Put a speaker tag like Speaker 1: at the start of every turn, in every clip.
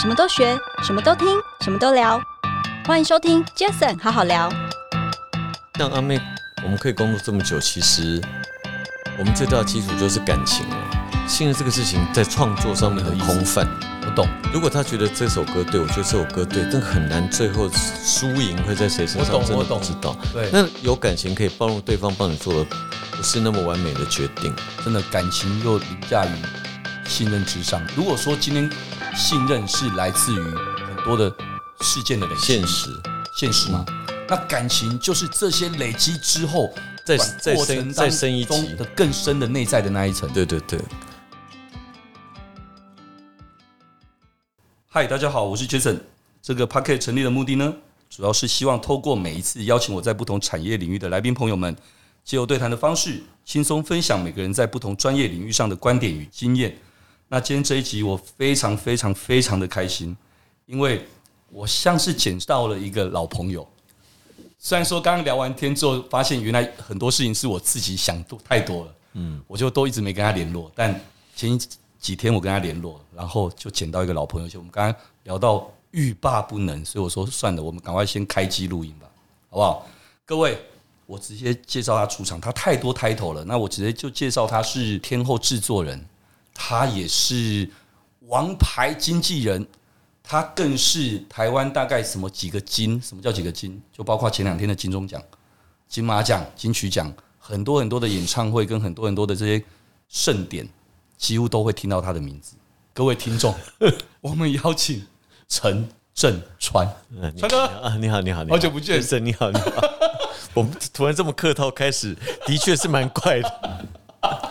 Speaker 1: 什么都学，什么都听，什么都聊。欢迎收听 Jason 好好聊。
Speaker 2: 像阿妹，我们可以工作这么久，其实我们最大的基础就是感情了。信任这个事情在创作上面很空泛。
Speaker 3: 我懂，
Speaker 2: 如果他觉得这首歌对，我觉得这首歌对，但很难最后输赢会在谁身上，
Speaker 3: 我懂
Speaker 2: 真的
Speaker 3: 我
Speaker 2: 不
Speaker 3: 懂
Speaker 2: 知道。
Speaker 3: 对
Speaker 2: 那有感情可以包容对方帮你做的不是那么完美的决定，
Speaker 3: 真的感情又凌驾于信任之上。如果说今天信任是来自于很多的事件的累积，
Speaker 2: 现实嗯
Speaker 3: 现实吗？那感情就是这些累积之后，
Speaker 2: 再
Speaker 3: 不管
Speaker 2: 再
Speaker 3: 过
Speaker 2: 升
Speaker 3: 程
Speaker 2: 再
Speaker 3: 当
Speaker 2: 升一级
Speaker 3: 中的，更深的内在的那一层。
Speaker 2: 对对对，
Speaker 3: 嗨，大家好，我是 Jason。这个 p a c k e t 成立的目的呢，主要是希望透过每一次邀请我在不同产业领域的来宾朋友们，借由对谈的方式，轻松分享每个人在不同专业领域上的观点与经验。那今天这一集，我非常非常非常的开心，因为我像是捡到了一个老朋友。虽然说刚刚聊完天之后，发现原来很多事情是我自己想多太多了，嗯，我就都一直没跟他联络。但前几天我跟他联络，然后就捡到一个老朋友，就我们刚刚聊到欲罢不能，所以我说算了，我们赶快先开机录音吧，好不好？各位，我直接介绍他出场，他太多 title 了，那我直接就介绍他是天后制作人，他也是王牌经纪人，他更是台湾大概什么几个金？什么叫几个金？就包括前两天的金钟奖、金马奖、金曲奖，很多很多的演唱会跟很多很多的这些盛典，几乎都会听到他的名字。各位听众， 我们邀请陈振川，
Speaker 2: 嗯你
Speaker 3: 川哥
Speaker 2: 啊，你好，你好，你好
Speaker 3: 好久不见
Speaker 2: 先生，你好，你好。 我们突然这么客套开始，的确是蛮怪的。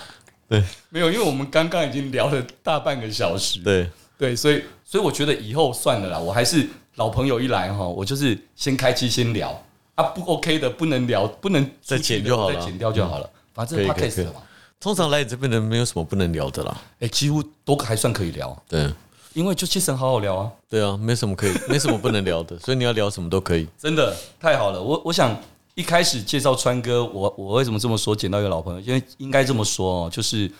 Speaker 3: 没有，因为我们刚刚已经聊了大半个小时，
Speaker 2: 对，
Speaker 3: 对，所以所以我觉得以后算了啦，我还是老朋友一来哈，我就是先开机先聊啊，不 OK 的不能聊，不能
Speaker 2: 再
Speaker 3: 出去
Speaker 2: 剪
Speaker 3: 的
Speaker 2: 就好了
Speaker 3: 再剪掉就好了，反正
Speaker 2: 可以
Speaker 3: p
Speaker 2: 可
Speaker 3: o d
Speaker 2: 以
Speaker 3: c
Speaker 2: 可
Speaker 3: a s t
Speaker 2: 以
Speaker 3: 嘛，
Speaker 2: 通常来你这边的人没有什么不能聊的啦。
Speaker 3: 哎，几乎都还算可以聊，
Speaker 2: 对，
Speaker 3: 因为就精神好好聊啊，
Speaker 2: 对啊，没什么 可以，没什么不能聊的，所以你要聊什么都可以。
Speaker 3: 真的太好了，我我想。一开始介绍川哥，我我为什么这么说？捡到一个老朋友，因为应该这么说哦，就是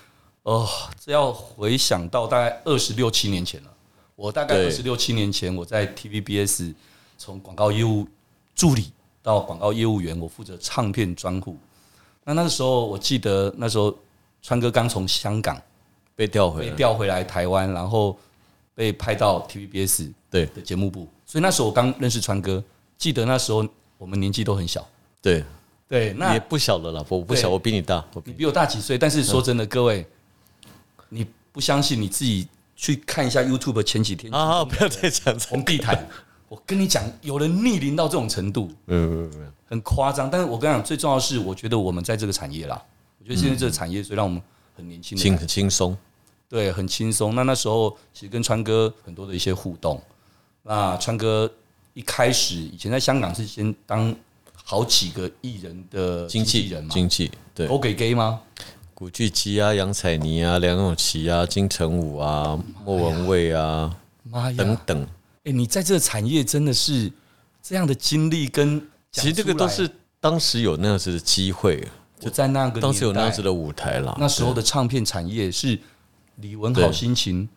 Speaker 3: 哦，这要回想到大概二十六七年前了。我大概
Speaker 2: 对
Speaker 3: 二十六七年前，我在 TVBS 从广告业务助理到广告业务员，我负责唱片专户。那那个时候，我记得那时候川哥刚从香港
Speaker 2: 被调回
Speaker 3: 被
Speaker 2: 来，
Speaker 3: 调回来台湾，然后被派到 TVBS
Speaker 2: 对
Speaker 3: 的节目部，所以那时候我刚认识川哥。记得那时候我们年纪都很小，
Speaker 2: 对，
Speaker 3: 对，
Speaker 2: 你也不小了啦，我不小，
Speaker 3: 对
Speaker 2: 我比你大，我比
Speaker 3: 你
Speaker 2: 你
Speaker 3: 比我大几岁，但是说真的，各位，你不相信你自己去看一下 YouTube 前几天
Speaker 2: 大啊，不要再讲这个，
Speaker 3: 红地 毯，我跟你讲，有人逆龄到这种程度，
Speaker 2: 嗯，没有没有
Speaker 3: 很夸张。但是我跟你讲，最重要的是，我觉得我们在这个产业啦，我觉得现在这个产业，所以让我们很年轻的
Speaker 2: 轻轻松，
Speaker 3: 对，很轻松。那那时候其实跟川哥很多的一些互动。那川哥一开始以前在香港是先当好几个艺人的
Speaker 2: 经纪
Speaker 3: 人嘛，
Speaker 2: 经纪对，
Speaker 3: 狗给 gay 吗？
Speaker 2: 古巨基啊，杨采妮啊，梁咏琪啊，金城武啊，莫文蔚啊，
Speaker 3: 妈呀！
Speaker 2: 等
Speaker 3: 哎、
Speaker 2: 等，
Speaker 3: 你在这个产业真的是这样的经历跟
Speaker 2: 其
Speaker 3: 讲
Speaker 2: 实这个
Speaker 3: 出来
Speaker 2: 都是当时有那样子的机会，
Speaker 3: 我在那个
Speaker 2: 当时有那
Speaker 3: 年
Speaker 2: 样
Speaker 3: 代
Speaker 2: 子的舞台啦，
Speaker 3: 那时候的唱片产业是李玟
Speaker 2: 对
Speaker 3: 好心情、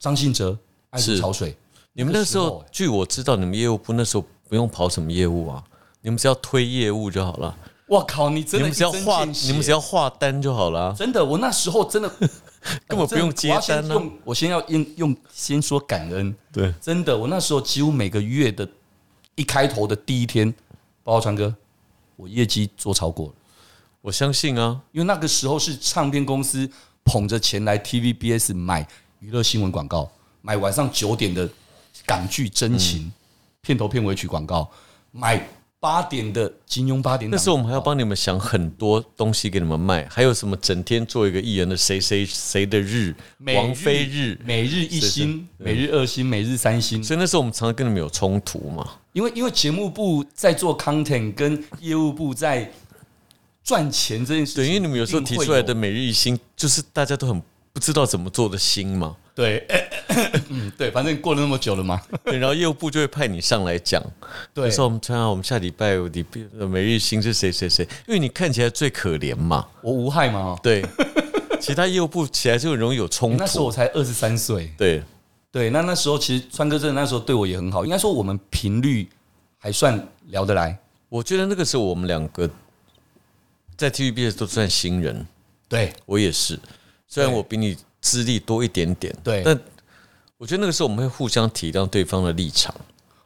Speaker 3: 张信哲、爱如
Speaker 2: 是
Speaker 3: 潮水，
Speaker 2: 你们那时
Speaker 3: 那个时
Speaker 2: 候
Speaker 3: 候欸，
Speaker 2: 据我知道，你们业务部那时候不用跑什么业务啊，你们只要推业务就好了，
Speaker 3: 我靠！你真
Speaker 2: 你
Speaker 3: 的
Speaker 2: 们只要
Speaker 3: 一针
Speaker 2: 画，
Speaker 3: 见血
Speaker 2: 你们只要画单就好了啊。
Speaker 3: 真的，我那时候真的
Speaker 2: 根本不用接单啊
Speaker 3: 我要先用我先要用用先说感恩，
Speaker 2: 对，
Speaker 3: 真的，我那时候几乎每个月的一开头的第一天，包括川哥，我业绩做超过了，
Speaker 2: 我相信啊，
Speaker 3: 因为那个时候是唱片公司捧着钱来 TVBS 买娱乐新闻广告，买晚上九点的港剧《真情》
Speaker 2: 嗯
Speaker 3: 片头片尾曲广告，买八点的金庸八点档。
Speaker 2: 那时候我们还要帮你们想很多东西给你们卖，还有什么整天做一个艺人的谁谁谁的日，
Speaker 3: 每日
Speaker 2: 王菲日。
Speaker 3: 每日一星、
Speaker 2: 是是
Speaker 3: 每日二星、每日三星，
Speaker 2: 所以那时候我们常常跟你们有冲突嘛，
Speaker 3: 因为因为节目部在做 content，跟业务部在赚钱这件事情，
Speaker 2: 对，因为你们有时候提出来的每日一星，就是大家都很不知道怎么做的星 嘛，
Speaker 3: 对， 嗯，对，反正过了那么久了嘛，
Speaker 2: 对然后业务部就会派你上来讲，
Speaker 3: 对
Speaker 2: 就说我们川啊，我们下礼拜我礼拜呃每日星是谁谁谁，因为你看起来最可怜嘛，
Speaker 3: 我无害嘛、哦，
Speaker 2: 对，其他业务部起来就很容易有冲
Speaker 3: 那时候
Speaker 2: 突
Speaker 3: 我，才二十三岁，
Speaker 2: 对，
Speaker 3: 对，那那时候其实川哥真的那时候对我也很好，应该说我们频率还算聊得来。
Speaker 2: 我觉得那个时候我们两个在 TVBS 都算新人，
Speaker 3: 对
Speaker 2: 我也是，虽然我比你资历多一点点，
Speaker 3: 对
Speaker 2: 但我觉得那个时候我们会互相体谅对方的立场。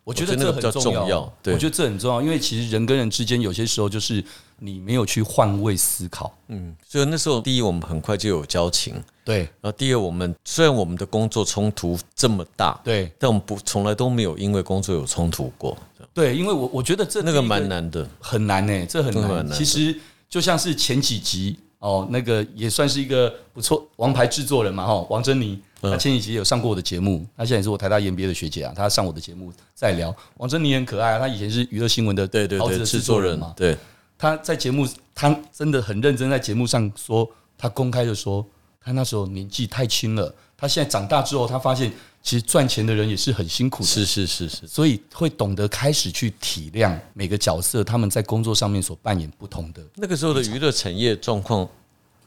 Speaker 3: 我觉得
Speaker 2: 我觉得那
Speaker 3: 这
Speaker 2: 个比
Speaker 3: 很
Speaker 2: 较
Speaker 3: 重要，
Speaker 2: 重要对
Speaker 3: 我觉得这很重要，因为其实人跟人之间有些时候就是你没有去换位思考，
Speaker 2: 嗯，所以那时候第一我们很快就有交情，
Speaker 3: 对
Speaker 2: 然后第二我们虽然我们的工作冲突这么大，
Speaker 3: 对
Speaker 2: 但我们不从来都没有因为工作有冲突过，
Speaker 3: 对，因为我我觉得这
Speaker 2: 那个
Speaker 3: 第一
Speaker 2: 蛮难的。
Speaker 3: 很难呢、这很
Speaker 2: 真的
Speaker 3: 难。
Speaker 2: 很难
Speaker 3: 其实就像是前几集哦，那个也算是一个不错王牌制作人嘛，哈、哦王珍妮，
Speaker 2: 嗯
Speaker 3: 她前几集有上过我的节目，她现在也是我台大研毕业的学姐啊，她上我的节目在聊王珍妮很可爱啊，她以前是娱乐新闻的
Speaker 2: 对对
Speaker 3: 陶子
Speaker 2: 对，
Speaker 3: 的
Speaker 2: 制
Speaker 3: 制
Speaker 2: 作
Speaker 3: 作
Speaker 2: 人
Speaker 3: 人嘛，
Speaker 2: 对，
Speaker 3: 她在节目，她真的很认真在节目上说，她公开的说，她那时候年纪太轻了，她现在长大之后，她发现其实赚钱的人也是很辛苦的，
Speaker 2: 是是是是，
Speaker 3: 所以会懂得开始去体谅每个角色他们在工作上面所扮演不同的。
Speaker 2: 那个时候的娱乐产业状况，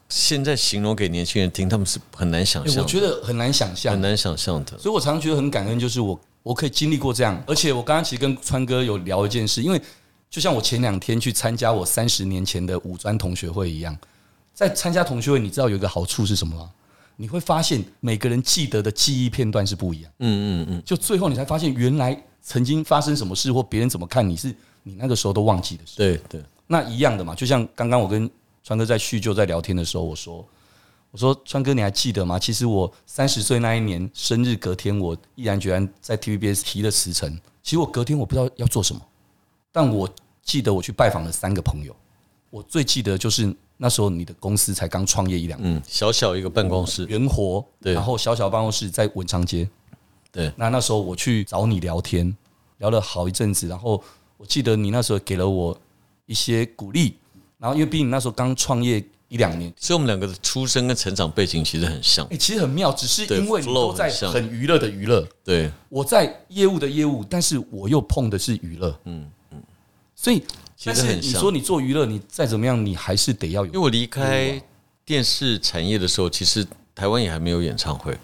Speaker 2: 现在形容给年轻人听，他们是很难想
Speaker 3: 欸
Speaker 2: 象
Speaker 3: 我
Speaker 2: 的，
Speaker 3: 觉得很难想象
Speaker 2: 很，难想象的。
Speaker 3: 所以我常常觉得很感恩，就是我我可以经历过这样，而且我刚刚其实跟川哥有聊一件事，因为就像我前两天去参加我三十年前的五专同学会一样，在参加同学会，你知道有一个好处是什么吗？你会发现每个人记得的记忆片段是不一样，
Speaker 2: 嗯嗯嗯，
Speaker 3: 就最后你才发现原来曾经发生什么事或别人怎么看你是你那个时候都忘记的事。
Speaker 2: 对对，
Speaker 3: 那一样的嘛，就像刚刚我跟川哥在叙旧在聊天的时候，我说，我说川哥你还记得吗？其实我三十岁那一年生日隔天，我毅然决然在 TVBS 提了辞呈。其实我隔天我不知道要做什么，但我记得我去拜访了三个朋友。我最记得就是那时候你的公司才刚创业一两年，
Speaker 2: 嗯，小小一个办公室，
Speaker 3: 圆活，
Speaker 2: 对
Speaker 3: 然后小小办公室在文昌街，
Speaker 2: 对
Speaker 3: 那那时候我去找你聊天，聊了好一阵子，然后我记得你那时候给了我一些鼓励，然后因为毕竟你那时候刚创业一两年，
Speaker 2: 所以我们两个的出身跟成长背景其实很像
Speaker 3: 哎、。其实很妙，只是
Speaker 2: 对
Speaker 3: 因为你
Speaker 2: flow
Speaker 3: 都
Speaker 2: 很
Speaker 3: 在
Speaker 2: 像
Speaker 3: 很娱乐的娱乐，
Speaker 2: 对，
Speaker 3: 我在业务的业务，但是我又碰的是娱乐，嗯嗯，所以
Speaker 2: 其
Speaker 3: 但
Speaker 2: 实
Speaker 3: 是
Speaker 2: 很
Speaker 3: 你
Speaker 2: 像
Speaker 3: 说。你做娱乐，你再怎么样，你还是得要
Speaker 2: 因为
Speaker 3: 有，
Speaker 2: 我离开电视产业的时候，其实台湾也还没有演唱会。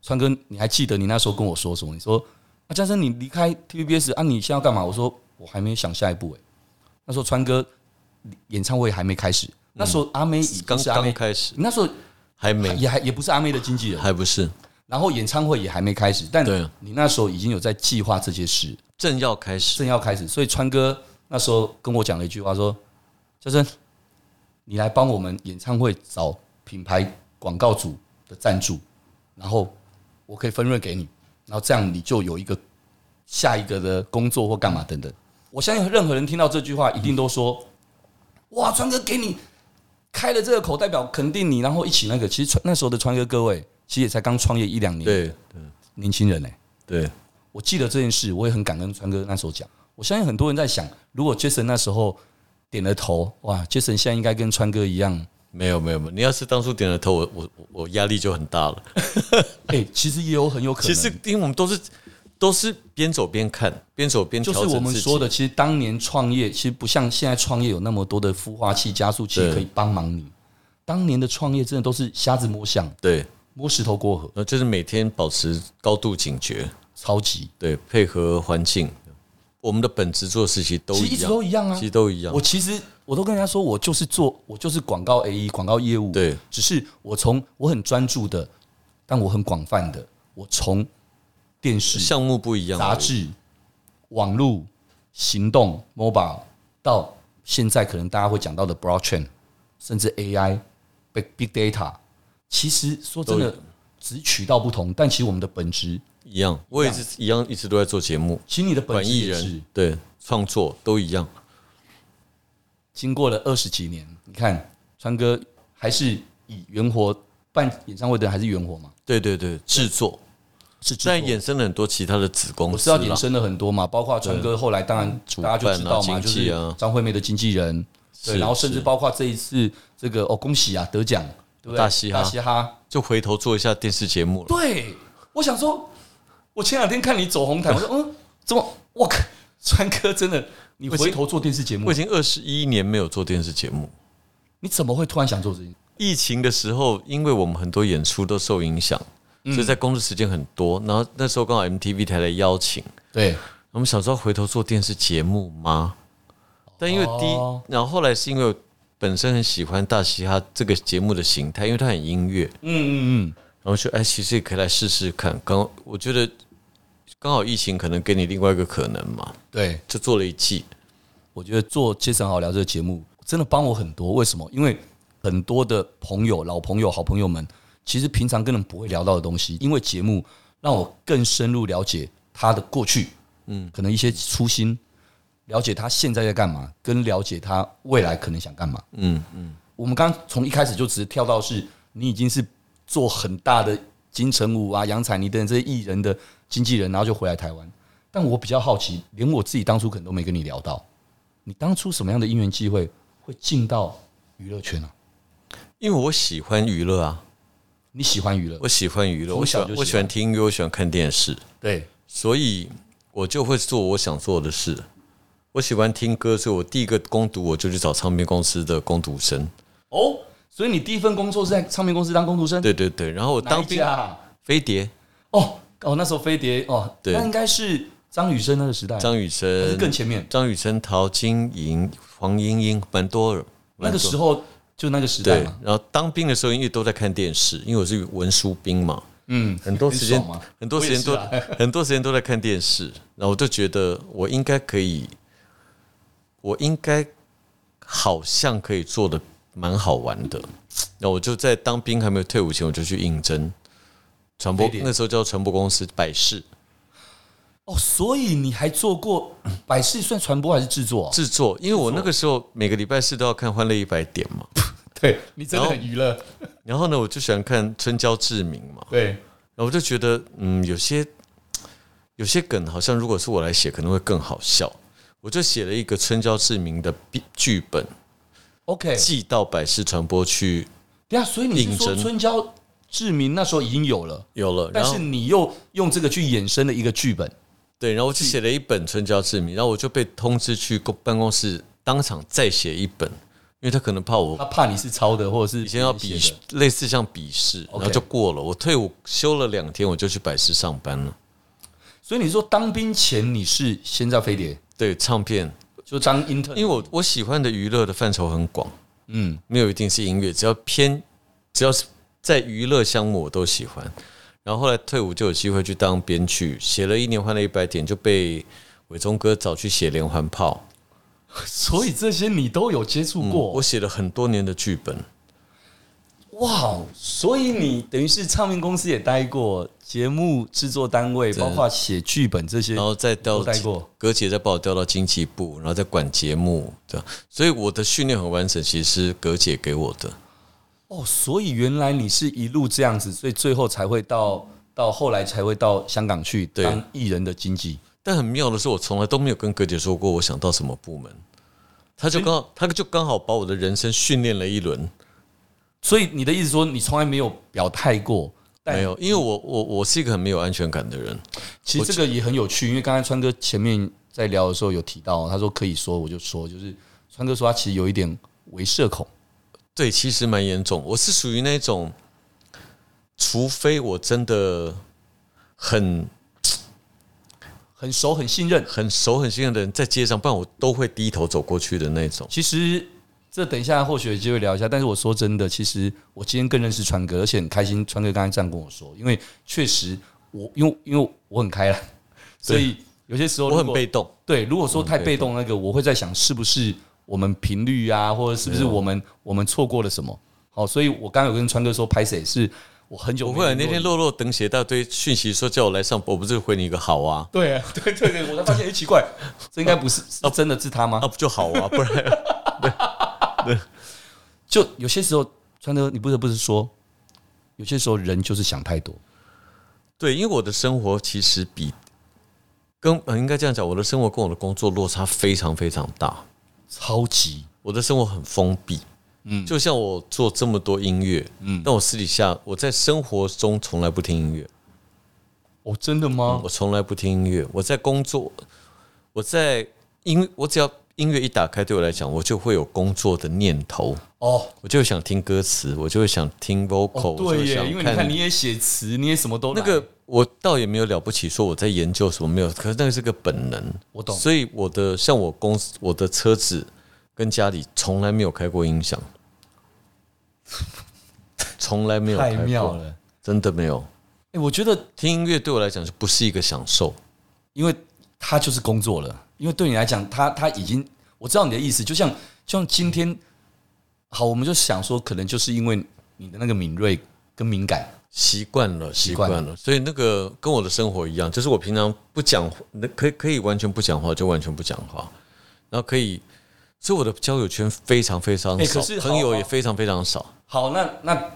Speaker 3: 川哥，你还记得你那时候跟我说什么？你说啊，嘉生，你离开 TVBS 啊，你现在要干嘛？我说我还没想下一步哎、那时候川哥演唱会还没开始，那时候阿妹已经
Speaker 2: 嗯刚
Speaker 3: 是阿妹
Speaker 2: 刚，开始，
Speaker 3: 你那时候
Speaker 2: 还没，
Speaker 3: 也还也不是阿妹的经纪人，
Speaker 2: 还不是
Speaker 3: 然后演唱会也还没开始，但
Speaker 2: 对啊
Speaker 3: 你那时候已经有在计划这些事，
Speaker 2: 正要开始。
Speaker 3: 正要开始，所以川哥那时候跟我讲了一句话说：“嘉生，你来帮我们演唱会找品牌广告组的赞助，然后我可以分润给你，然后这样你就有一个下一个的工作或干嘛等等。”我相信任何人听到这句话，一定都说：“哇，川哥给你开了这个口代表，肯定你，然后一起那个。”其实川那时候的川哥各位，其实也才刚创业一两年，
Speaker 2: 对
Speaker 3: 年轻人呢、
Speaker 2: 对，
Speaker 3: 我记得这件事，我也很感恩川哥那时候讲。我相信很多人在想，如果 Jason 那时候点了头，哇，Jason 现在应该跟川哥一样。
Speaker 2: 没有没有没有。你要是当初点了头，我我我我压力就很大了。
Speaker 3: 哎、其实也有很有可
Speaker 2: 其
Speaker 3: 能，
Speaker 2: 实因为我们都是都是边走边看，边走边
Speaker 3: 就
Speaker 2: 调
Speaker 3: 是
Speaker 2: 整
Speaker 3: 我们
Speaker 2: 自己
Speaker 3: 说的，其实当年创业，其实不像现在创业有那么多的孵化器、加速器
Speaker 2: 对
Speaker 3: 可以帮忙你。当年的创业真的都是瞎子摸象，
Speaker 2: 对，
Speaker 3: 摸石头过河，
Speaker 2: 呃，就是每天保持高度警觉，
Speaker 3: 超级
Speaker 2: 对，配合环境。我们的本职做的事情都
Speaker 3: 其实一
Speaker 2: 一
Speaker 3: 直
Speaker 2: 样，
Speaker 3: 都一样啊
Speaker 2: 其。实都一样
Speaker 3: 我。其实我都跟人家说，我就是做，我就是广告 A E 广告业务，
Speaker 2: 对，
Speaker 3: 只是我从我很专注的，但我很广泛的，我从电视、
Speaker 2: 项目不一样，
Speaker 3: 杂志、网络、行动、mobile 到现在可能大家会讲到的 blockchain，甚至 AI、big big data，其实说真
Speaker 2: 都
Speaker 3: 的，只渠道不同，但其实我们的本质，
Speaker 2: 一样。我也是一样，一直都在做节目，
Speaker 3: 其实你的本
Speaker 2: 管
Speaker 3: 质
Speaker 2: 艺
Speaker 3: 也是
Speaker 2: 人对创作都一样。
Speaker 3: 经过了二十几年，你看川哥还是以圆活办演唱会的人还是圆活嘛？
Speaker 2: 对对对，制作，
Speaker 3: 是制作
Speaker 2: 但衍生了很多其他的子公
Speaker 3: 我
Speaker 2: 司
Speaker 3: 知
Speaker 2: 啦。
Speaker 3: 道衍生了很多嘛，包括川哥后来当然
Speaker 2: 主
Speaker 3: 大家就知道
Speaker 2: 办
Speaker 3: 嘛，
Speaker 2: 啊
Speaker 3: 就
Speaker 2: 经纪
Speaker 3: 是
Speaker 2: 啊
Speaker 3: 张惠妹的经纪人，对，
Speaker 2: 是
Speaker 3: 然后甚至
Speaker 2: 是
Speaker 3: 包括这一次这个哦恭喜啊得奖，对不对？
Speaker 2: 大嘻哈嗯
Speaker 3: 大嘻哈，
Speaker 2: 就回头做一下电视节目了。
Speaker 3: 对，我想说，我前两天看你走 红毯，我说嗯，怎么我靠，川哥真的，你
Speaker 2: 我已经
Speaker 3: 回头做电视节目
Speaker 2: 我已，经二十一年没有做电视节目。
Speaker 3: 你怎么会突然想做这件事？
Speaker 2: 疫情的时候，因为我们很多演出都受影响，
Speaker 3: 嗯
Speaker 2: 所以在工作时间很多。然后那时候刚好 MTV 台来邀请，
Speaker 4: 对，
Speaker 2: 我们想说回头做电视节目吗？但因为第一，
Speaker 3: 哦
Speaker 2: 然后后来是因为我本身很喜欢大嘻哈这个节目的形态，因为它很音乐，
Speaker 3: 嗯嗯
Speaker 2: 然后说哎，其实也可以来试试看。刚我觉得刚好疫情可能给你另外一个可能嘛，
Speaker 4: 对，
Speaker 2: 就做了一季。
Speaker 3: 嗯，我觉得做《街上好聊》这个节目真的帮我很多。为什么？因为很多的朋友、老朋友、好朋友们，其实平常根本不会聊到的东西，因为节目让我更深入了解他的过去，嗯，可能一些初心，了解他现在在干嘛，跟了解他未来可能想干嘛。
Speaker 2: 嗯，
Speaker 3: 我们刚刚从一开始就只是跳到是你已经是做很大的金城武啊、杨采妮等等这些艺人的经纪人，然后就回来台湾。但我比较好奇，连我自己当初可能都没跟你聊到，你当初什么样的因缘际会会进到娱乐圈啊？
Speaker 2: 因为我喜欢娱乐啊，
Speaker 3: 你喜欢娱乐？
Speaker 2: 我喜欢娱乐，
Speaker 3: 从
Speaker 2: 我喜
Speaker 3: 小
Speaker 2: 欢
Speaker 3: 就喜欢
Speaker 2: 我喜欢听音乐，我喜欢看电视，
Speaker 3: 对，
Speaker 2: 所以我就会做我想做的事。我喜欢听歌，所以我第一个攻读我就去找唱片公司的攻读生。
Speaker 3: 哦，所以你第一份工作是在唱片公司当工读生？，
Speaker 2: 对对对，然后我当
Speaker 3: 当
Speaker 2: 兵
Speaker 3: 兵啊？
Speaker 2: 飞碟
Speaker 3: 哦哦，那时候飞碟哦，
Speaker 2: 对
Speaker 3: 那应该是张雨生那个时代，
Speaker 2: 张雨
Speaker 3: 还是
Speaker 2: 生
Speaker 3: 更前面。
Speaker 2: 张雨生、陶晶莹、黄莺莺，蛮多人。
Speaker 3: 那个时
Speaker 2: 候，
Speaker 3: 候就那个时代
Speaker 2: 对
Speaker 3: 嘛，，
Speaker 2: 然后当兵的时候，因为都在看电视，因为我是文书兵嘛，
Speaker 3: 嗯，
Speaker 2: 很多时间
Speaker 3: 爽吗，
Speaker 2: 很多时间
Speaker 3: 我
Speaker 2: 都
Speaker 3: 也是啊
Speaker 2: 很多时间都在看电视，然后我就觉得我应该可以，我应该好像可以做的蛮好玩的。那我就在当兵还没有退伍前，我就去应征传播
Speaker 3: 非，典
Speaker 2: 那时候叫传播公司百事
Speaker 3: 哦，所以你还做过 百事算传播还是制作、啊
Speaker 2: 制作，因为我那个时候每个礼拜四都要看《欢乐一百点》嘛，
Speaker 4: 对你真的
Speaker 2: 然后
Speaker 4: 很娱乐，
Speaker 2: 然后呢，我就喜欢看春娇志明嘛，
Speaker 4: 对，
Speaker 2: 然后我就觉得，嗯，有些有些梗好像如果是我来写，可能会更好笑。我就写了一个春娇志明的毕剧本，
Speaker 3: o k
Speaker 2: 寄到百事传播去
Speaker 3: 对啊，所以你是说
Speaker 2: 应征
Speaker 3: 春娇志明那时候已经有了，
Speaker 2: 有了，然
Speaker 3: 但
Speaker 2: 后
Speaker 3: 是你又用这个去衍生了一个剧本，
Speaker 2: 对，然后我就写了一本春娇志明，然后我就被通知去公办公室当场再写一本，因为他可能怕我
Speaker 3: 他怕你是抄的或者是
Speaker 2: 以前要
Speaker 3: 别
Speaker 2: 笔
Speaker 3: 人写的
Speaker 2: 类似像笔试，然后
Speaker 3: OK
Speaker 2: 就过了。我退伍休了两天，我就去百事上班了。
Speaker 3: 所以你说当兵前你是先在飞碟，
Speaker 2: 对，唱片，
Speaker 3: 就当 intern，
Speaker 2: 因为我我喜欢的娱乐的范畴很广，
Speaker 3: 嗯，
Speaker 2: 没有一定是音乐，只要偏，只要是在娱乐项目我都喜欢。然后后来退伍就有机会去当编剧，写了一年换了一百点，就被伟忠哥找去写连环炮。嗯
Speaker 3: 所以这些你都有接触
Speaker 2: 我
Speaker 3: 过，
Speaker 2: 写了很多年的剧本，
Speaker 3: 哇哦，所以你等于是唱片公司也待过，节目制作单位，包括写剧本这些，
Speaker 2: 然后再调
Speaker 3: 都带过
Speaker 2: 哥姐再把我调到经济部，然后再管节目，这样。所以我的训练很完整，其实是葛姐给我的。
Speaker 3: 哦，所以原来你是一路这样子，所以最后才会到到后来才会到香港去
Speaker 2: 对
Speaker 3: 当艺人的经纪。
Speaker 2: 但很妙的是，我从来都没有跟葛姐说过我想到什么部门，她就刚好，她就刚好把我的人生训练了一轮。
Speaker 3: 所以你的意思说，你从来没有表态过？但
Speaker 2: 没有，因为我我我是一个很没有安全感的人，
Speaker 3: 其实这个也很有趣，因为刚才川哥前面在聊的时候有提到，他说可以说，我就说，就是川哥说他其实有一点为社恐。
Speaker 2: 对，其实蛮严重。我是属于那种，除非我真的很
Speaker 3: 很熟，很信任。
Speaker 2: 很熟很信任的人在街上，不然我都会低头走过去的那种。
Speaker 3: 其实这等一下或许有机会聊一下，但是我说真的，其实我今天更认识川哥，而且很开心，川哥刚才这样跟我说，因为确实我因为因为我很开朗，所以有些时候
Speaker 2: 我
Speaker 3: 如
Speaker 2: 很
Speaker 3: 果
Speaker 2: 被动，
Speaker 3: 对，如果说太
Speaker 2: 被
Speaker 3: 被动那个，我会在想是不是我们频率啊，或者是不是我们我们错过了什么？好，所以我刚刚有跟川哥说拍谁是我很久
Speaker 2: 我
Speaker 3: 没
Speaker 2: 会啊
Speaker 3: 联
Speaker 2: 那
Speaker 3: 络
Speaker 2: 天
Speaker 3: 你
Speaker 2: 洛洛等写一大堆讯息说叫我来上，我不是回你一个好啊，
Speaker 3: 对啊对对对，我才发现哎、诶奇怪，这应该不是是真的是他吗
Speaker 2: 啊？不就好啊，不然
Speaker 3: 就有些时候，川哥，你不得不是说，有些时候人就是想太多。
Speaker 2: 对，因为我的生活其实比跟呃应该这样讲，我的生活跟我的工作落差非常非常大。
Speaker 3: 超级
Speaker 2: 我的生活很封闭，嗯，就像我做这么多音乐，嗯，但我私底下我在生活中从来不听音乐，
Speaker 3: 哦，真的吗？
Speaker 2: 嗯我从来不听音乐，我在工作，我在音，我只要音乐一打开，对我来讲，我就会有工作的念头，
Speaker 3: 哦哦，
Speaker 2: 我就想听歌词，我就会想听 vocal，、我就
Speaker 3: 对
Speaker 2: 会
Speaker 3: 耶，
Speaker 2: 想
Speaker 3: 因为你看你也写词，你也什么都来
Speaker 2: 那个我倒也没有了不起，说我在研究什么没有，可是那个是个本能，
Speaker 3: 我懂
Speaker 2: 所以我的像我公司我的车子跟家里从来没有开过音 响，从来没有开
Speaker 3: 太
Speaker 2: 过，
Speaker 3: 妙了。
Speaker 2: 真的没有。
Speaker 3: 哎，我觉得
Speaker 2: 听音乐对我来讲就不是一个享受，
Speaker 3: 因为他就是工作了，因为对你来讲，他他已经我知道你的意思，就像就像今天，好，我们就想说，可能就是因为你的那个敏锐跟敏感，
Speaker 2: 习惯了，习惯
Speaker 3: 惯
Speaker 2: 了。所以那个跟我的生活一样，就是我平常不讲，那可以可以完全不讲话，就完全不讲话，然后可以。所以我的交友圈非常非常
Speaker 3: 哎
Speaker 2: 少，
Speaker 3: 可是好
Speaker 2: 朋友
Speaker 3: 好
Speaker 2: 也非常非常少。
Speaker 3: 好，那那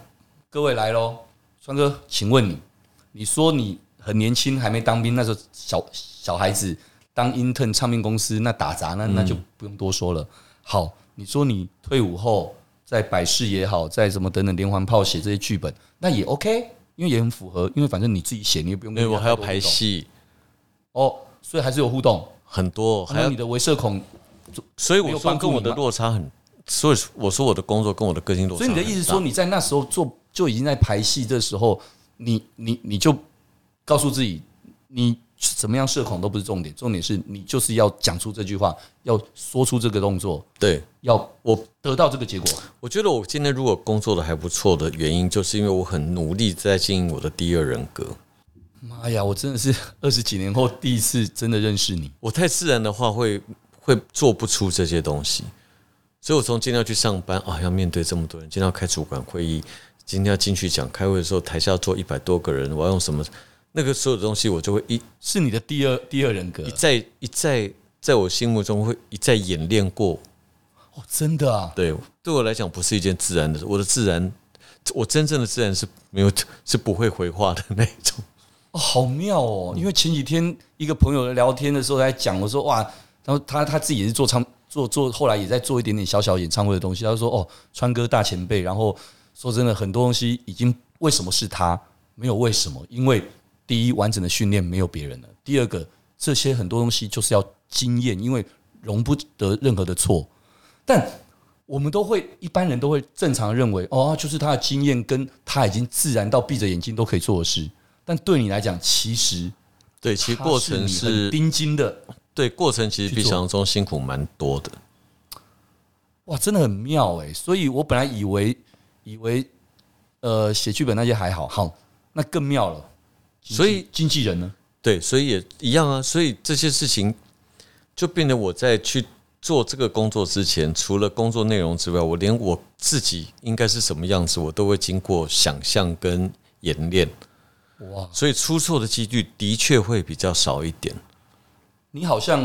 Speaker 3: 各位来喽，川哥，请问你，你说你很年轻，还没当兵，那时候小小孩子当 intern 唱片公司那打杂，
Speaker 2: 嗯
Speaker 3: 那那就不用多说了。好，你说你退伍后在百事也好，在什么等等连环炮写这些剧本，那也 OK，因为也很符合，因为反正你自己写，你也不用
Speaker 2: 因
Speaker 3: 跟
Speaker 2: 为
Speaker 3: 人家
Speaker 2: 我还要
Speaker 3: 多
Speaker 2: 排
Speaker 3: 互动
Speaker 2: 戏
Speaker 3: 哦，所以还是有互动。
Speaker 2: 很多，还
Speaker 3: 还有
Speaker 2: 要
Speaker 3: 哦你的维社恐，
Speaker 2: 所以
Speaker 3: 没
Speaker 2: 我
Speaker 3: 有
Speaker 2: 说
Speaker 3: 帮助
Speaker 2: 跟我
Speaker 3: 你
Speaker 2: 的
Speaker 3: 吗
Speaker 2: 落差很，所以我说我的工作跟我的个性落差
Speaker 3: 所
Speaker 2: 很
Speaker 3: 以
Speaker 2: 大。
Speaker 3: 你的意思说，你在那时候做就已经在排戏的时候，你你你就告诉自己，你怎么样社恐都不是重点，重点是你就是要讲出这句话，要说出这个动作，
Speaker 2: 对
Speaker 3: 要
Speaker 2: 我，
Speaker 3: 得到这个结果。
Speaker 2: 我觉得我今天如果工作的还不错的原因，就是因为我很努力在经营我的第二人格。
Speaker 3: 妈呀，我真的是二十几年后第一次真的认识你，
Speaker 2: 我太自然的话会会做不出这些东西，所以我从今天要去上班啊，要面对这么多人，今天要开主管会议，今天要进去讲开会的时候，台下坐一百多个人，我要用什么？那个所有的东西，我就会一
Speaker 3: 是你的第二第二人格
Speaker 2: 一再一再在我心目中会一再演练过
Speaker 3: 哦，真的啊，
Speaker 2: 对，对我来讲不是一件自然的，我的自然，我真正的自然是没有 是不会回话的那一种。
Speaker 3: 哦，好妙哦！因为前几天一个朋友聊天的时候在讲，我说哇，然后他他自己也是做唱做做，后来也在做一点点小小演唱会的东西。他就说哦，川哥大前辈，然后说真的，很多东西已经为什么是他，没有为什么，因为第一完整的训练没有别人了，第二个这些很多东西就是要经验，因为容不得任何的错，但。我们都会，一般人都会正常认为，哦，就是他的经验跟他已经自然到闭着眼睛都可以做的事。但对你来讲，其实
Speaker 2: 对，其实过程
Speaker 3: 它你很
Speaker 2: 是，
Speaker 3: 钉金的，
Speaker 2: 对过程其实比
Speaker 3: 去做
Speaker 2: 想象中辛苦蛮多的。
Speaker 3: 哇，真的很妙哎、所以我本来以为以为呃写剧本那些还好，好，那更妙了。经纪
Speaker 2: 所以
Speaker 3: 经纪人呢？
Speaker 2: 对，所以也一样啊。所以这些事情就变得我在去做这个工作之前，除了工作内容之外，我连我自己应该是什么样子，我都会经过想象跟演练，
Speaker 3: 哇，
Speaker 2: 所以出错的几率的确会比较少一点。
Speaker 3: 你好像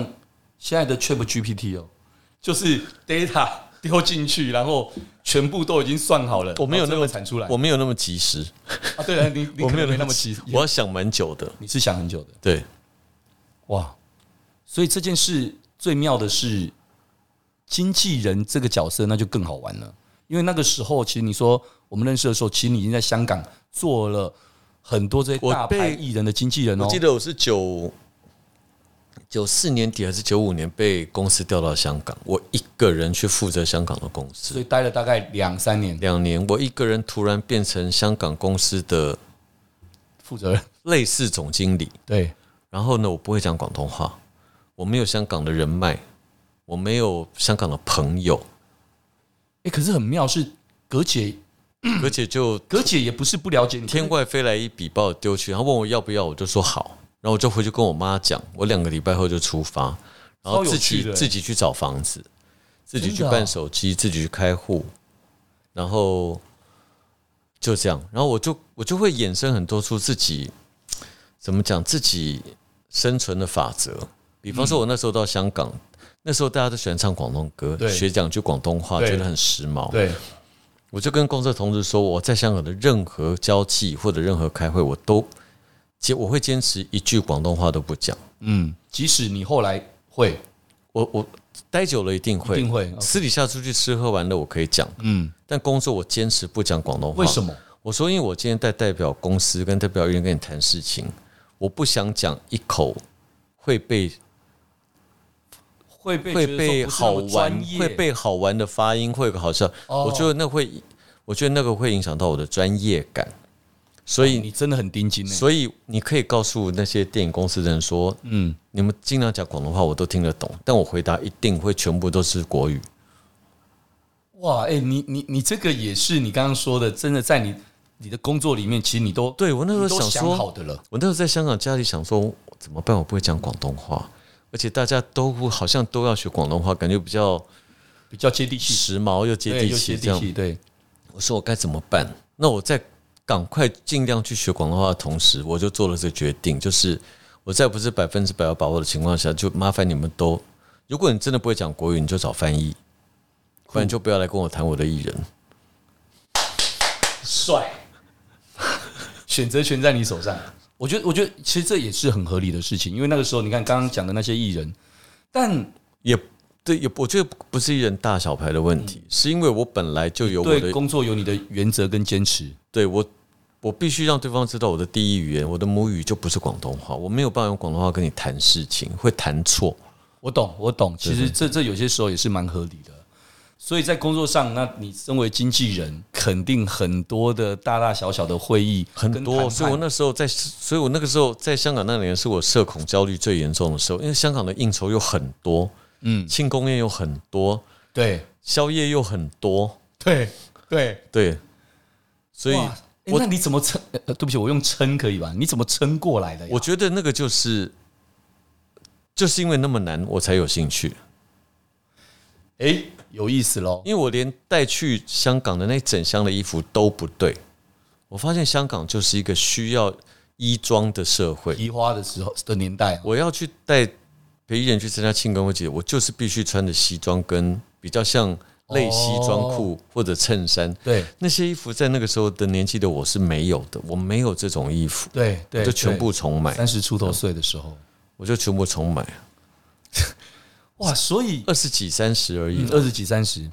Speaker 3: 现在的 Chat GPT 哦，就是 data 丢进去，然后全部都已经算好了，
Speaker 2: 我没有那么
Speaker 3: 然后最后产出来。
Speaker 2: 我没有那么及时，
Speaker 3: 啊，对了，你你
Speaker 2: 我
Speaker 3: 可
Speaker 2: 没有
Speaker 3: 能没
Speaker 2: 那
Speaker 3: 那么
Speaker 2: 么及
Speaker 3: 急
Speaker 2: 时，，我要想蛮久的。
Speaker 3: 你是想很久的。
Speaker 2: 对，
Speaker 3: 哇！所以这件事最妙的是经纪人这个角色，那就更好玩了。因为那个时候，其实你说我们认识的时候，其实你已经在香港做了很多这些
Speaker 2: 我
Speaker 3: 大
Speaker 2: 被
Speaker 3: 牌艺人的经纪人哦
Speaker 2: 我。记得我是九九四年底还是九五年被公司调到香港，我一个人去负责香港的公司
Speaker 3: 所以待了大概两三年，
Speaker 2: 两年，我一个人突然变成香港公司的
Speaker 3: 负责人
Speaker 2: 类似总经理。
Speaker 3: 对，
Speaker 2: 然后呢，我不会讲广东话，我没有香港的人脉，我没有香港的朋友，
Speaker 3: 哎，可是很妙是葛姐，
Speaker 2: 而且就
Speaker 3: 葛姐也不是不了解你，
Speaker 2: 天外飞来一笔把我丢去，他问我要不要，我就说好，然后我就回去跟我妈讲，我两个礼拜后就出发，然后
Speaker 3: 超有
Speaker 2: 自
Speaker 3: 趣
Speaker 2: 己
Speaker 3: 的欸
Speaker 2: 自己去找房子，自己去
Speaker 3: 真的啊
Speaker 2: 办手机，自己去开户，然后就这样，然后我就我就会衍生很多出自己怎么讲自己生存的法则，比方
Speaker 3: 嗯
Speaker 2: 说我那时候到香港。那时候大家都喜欢唱广东歌，
Speaker 3: 对
Speaker 2: 学讲句广东话，
Speaker 3: 对
Speaker 2: 觉得很时髦。
Speaker 3: 对，
Speaker 2: 我就跟公司的同事说，我在香港的任何交际或者任何开会，我都坚我会坚持一句广东话都不讲。
Speaker 3: 嗯，即使你后来会，
Speaker 2: 我我待久了一定
Speaker 3: 一
Speaker 2: 会，
Speaker 3: 定会，
Speaker 2: 私底下出去吃喝玩乐我可以讲，
Speaker 3: 嗯，
Speaker 2: 但工作我坚持不讲广东话。
Speaker 3: 为什？么？
Speaker 2: 我说，因为我今天在代表公司跟代表艺人跟你谈事情，我不想讲一口会被
Speaker 3: 会被
Speaker 2: 会
Speaker 3: 觉得说
Speaker 2: 被
Speaker 3: 不是
Speaker 2: 好
Speaker 3: 那么
Speaker 2: 玩
Speaker 3: 专，业
Speaker 2: 会被好玩的发音，会有个好笑。
Speaker 3: 哦
Speaker 2: 我觉得那会，我觉得那个会影响到我的专业感。所以，
Speaker 3: 哦你真的很盯紧呢。
Speaker 2: 所以你可以告诉那些电影公司的人说，嗯，你们尽量讲广东话，我都听得懂，但我回答一定会全部都是国语。
Speaker 3: 哇，哎、你你你这个也是你刚刚说的，真的在你你的工作里面，其实你都
Speaker 2: 对我那时候
Speaker 3: 你都
Speaker 2: 想
Speaker 3: 想
Speaker 2: 说
Speaker 3: 好的了，
Speaker 2: 我那时候在香港家里想说，怎么办？我不会讲广东话，而且大家都好像都要学广东话，感觉比较
Speaker 3: 比较接地气，
Speaker 2: 时髦又接
Speaker 3: 对
Speaker 2: 地
Speaker 3: 又
Speaker 2: 气。
Speaker 3: 接
Speaker 2: 这样
Speaker 3: 地，气，对，
Speaker 2: 我说我该怎么办？那我在赶快尽量去学广东话的同时，我就做了这个决定，就是我在不是百分之百有把握的情况下，就麻烦你们都，如果你真的不会讲国语，你就找翻译，不然就不要来跟我谈我的艺人。
Speaker 3: 帅，选择权在你手上。我觉得，我觉得其实这也是很合理的事情，因为那个时候你看刚刚讲的那些艺人，但
Speaker 2: 也对，也我觉得不是艺人大小牌的问题，是因为我本来就有我
Speaker 3: 对
Speaker 2: 的
Speaker 3: 工作有你的原则跟坚持，
Speaker 2: 对我，我必须让对方知道我的第一语言，我的母语就不是广东话，我没有办法用广东话跟你谈事情，会谈错。
Speaker 3: 我懂，我懂。其实这这有些时候也是蛮合理的。所以在工作上，那你身为经纪人，肯定很多的大大小小的会议
Speaker 2: 很
Speaker 3: 跟谈
Speaker 2: 多，
Speaker 3: 判
Speaker 2: 所以我那时候在，所以我那个时候在香港那年是我社恐焦虑最严重的时候，因为香港的应酬又很多，嗯，庆功宴又很多，
Speaker 3: 对
Speaker 2: 宵夜又很多，
Speaker 3: 对对，
Speaker 2: 对，所以
Speaker 3: 哇诶
Speaker 2: 我
Speaker 3: 那你怎么撑？呃，呃对不起，我用撑可以吧？你怎么撑过来的呀？
Speaker 2: 我觉得那个就是，就是因为那么难，我才有兴趣。
Speaker 3: 哎、有意思喽。
Speaker 2: 因为我连带去香港的那整箱的衣服都不对。我发现香港就是一个需要衣装的社会。
Speaker 3: 提花的时候的年代啊，
Speaker 2: 我要去带陪艺人去参加庆功节，我就是必须穿着西装跟比较像类西装裤或者衬衫。
Speaker 3: 对
Speaker 2: 那些衣服在那个时候的年纪的我是没有的，我没有这种衣服，
Speaker 3: 对对，
Speaker 2: 就全部重买，
Speaker 3: 三十出头岁的时候，
Speaker 2: 我就全部重买，
Speaker 3: 哇！所以
Speaker 2: 二十几三十而已
Speaker 3: 嗯
Speaker 2: 了。
Speaker 3: 二十几、三十，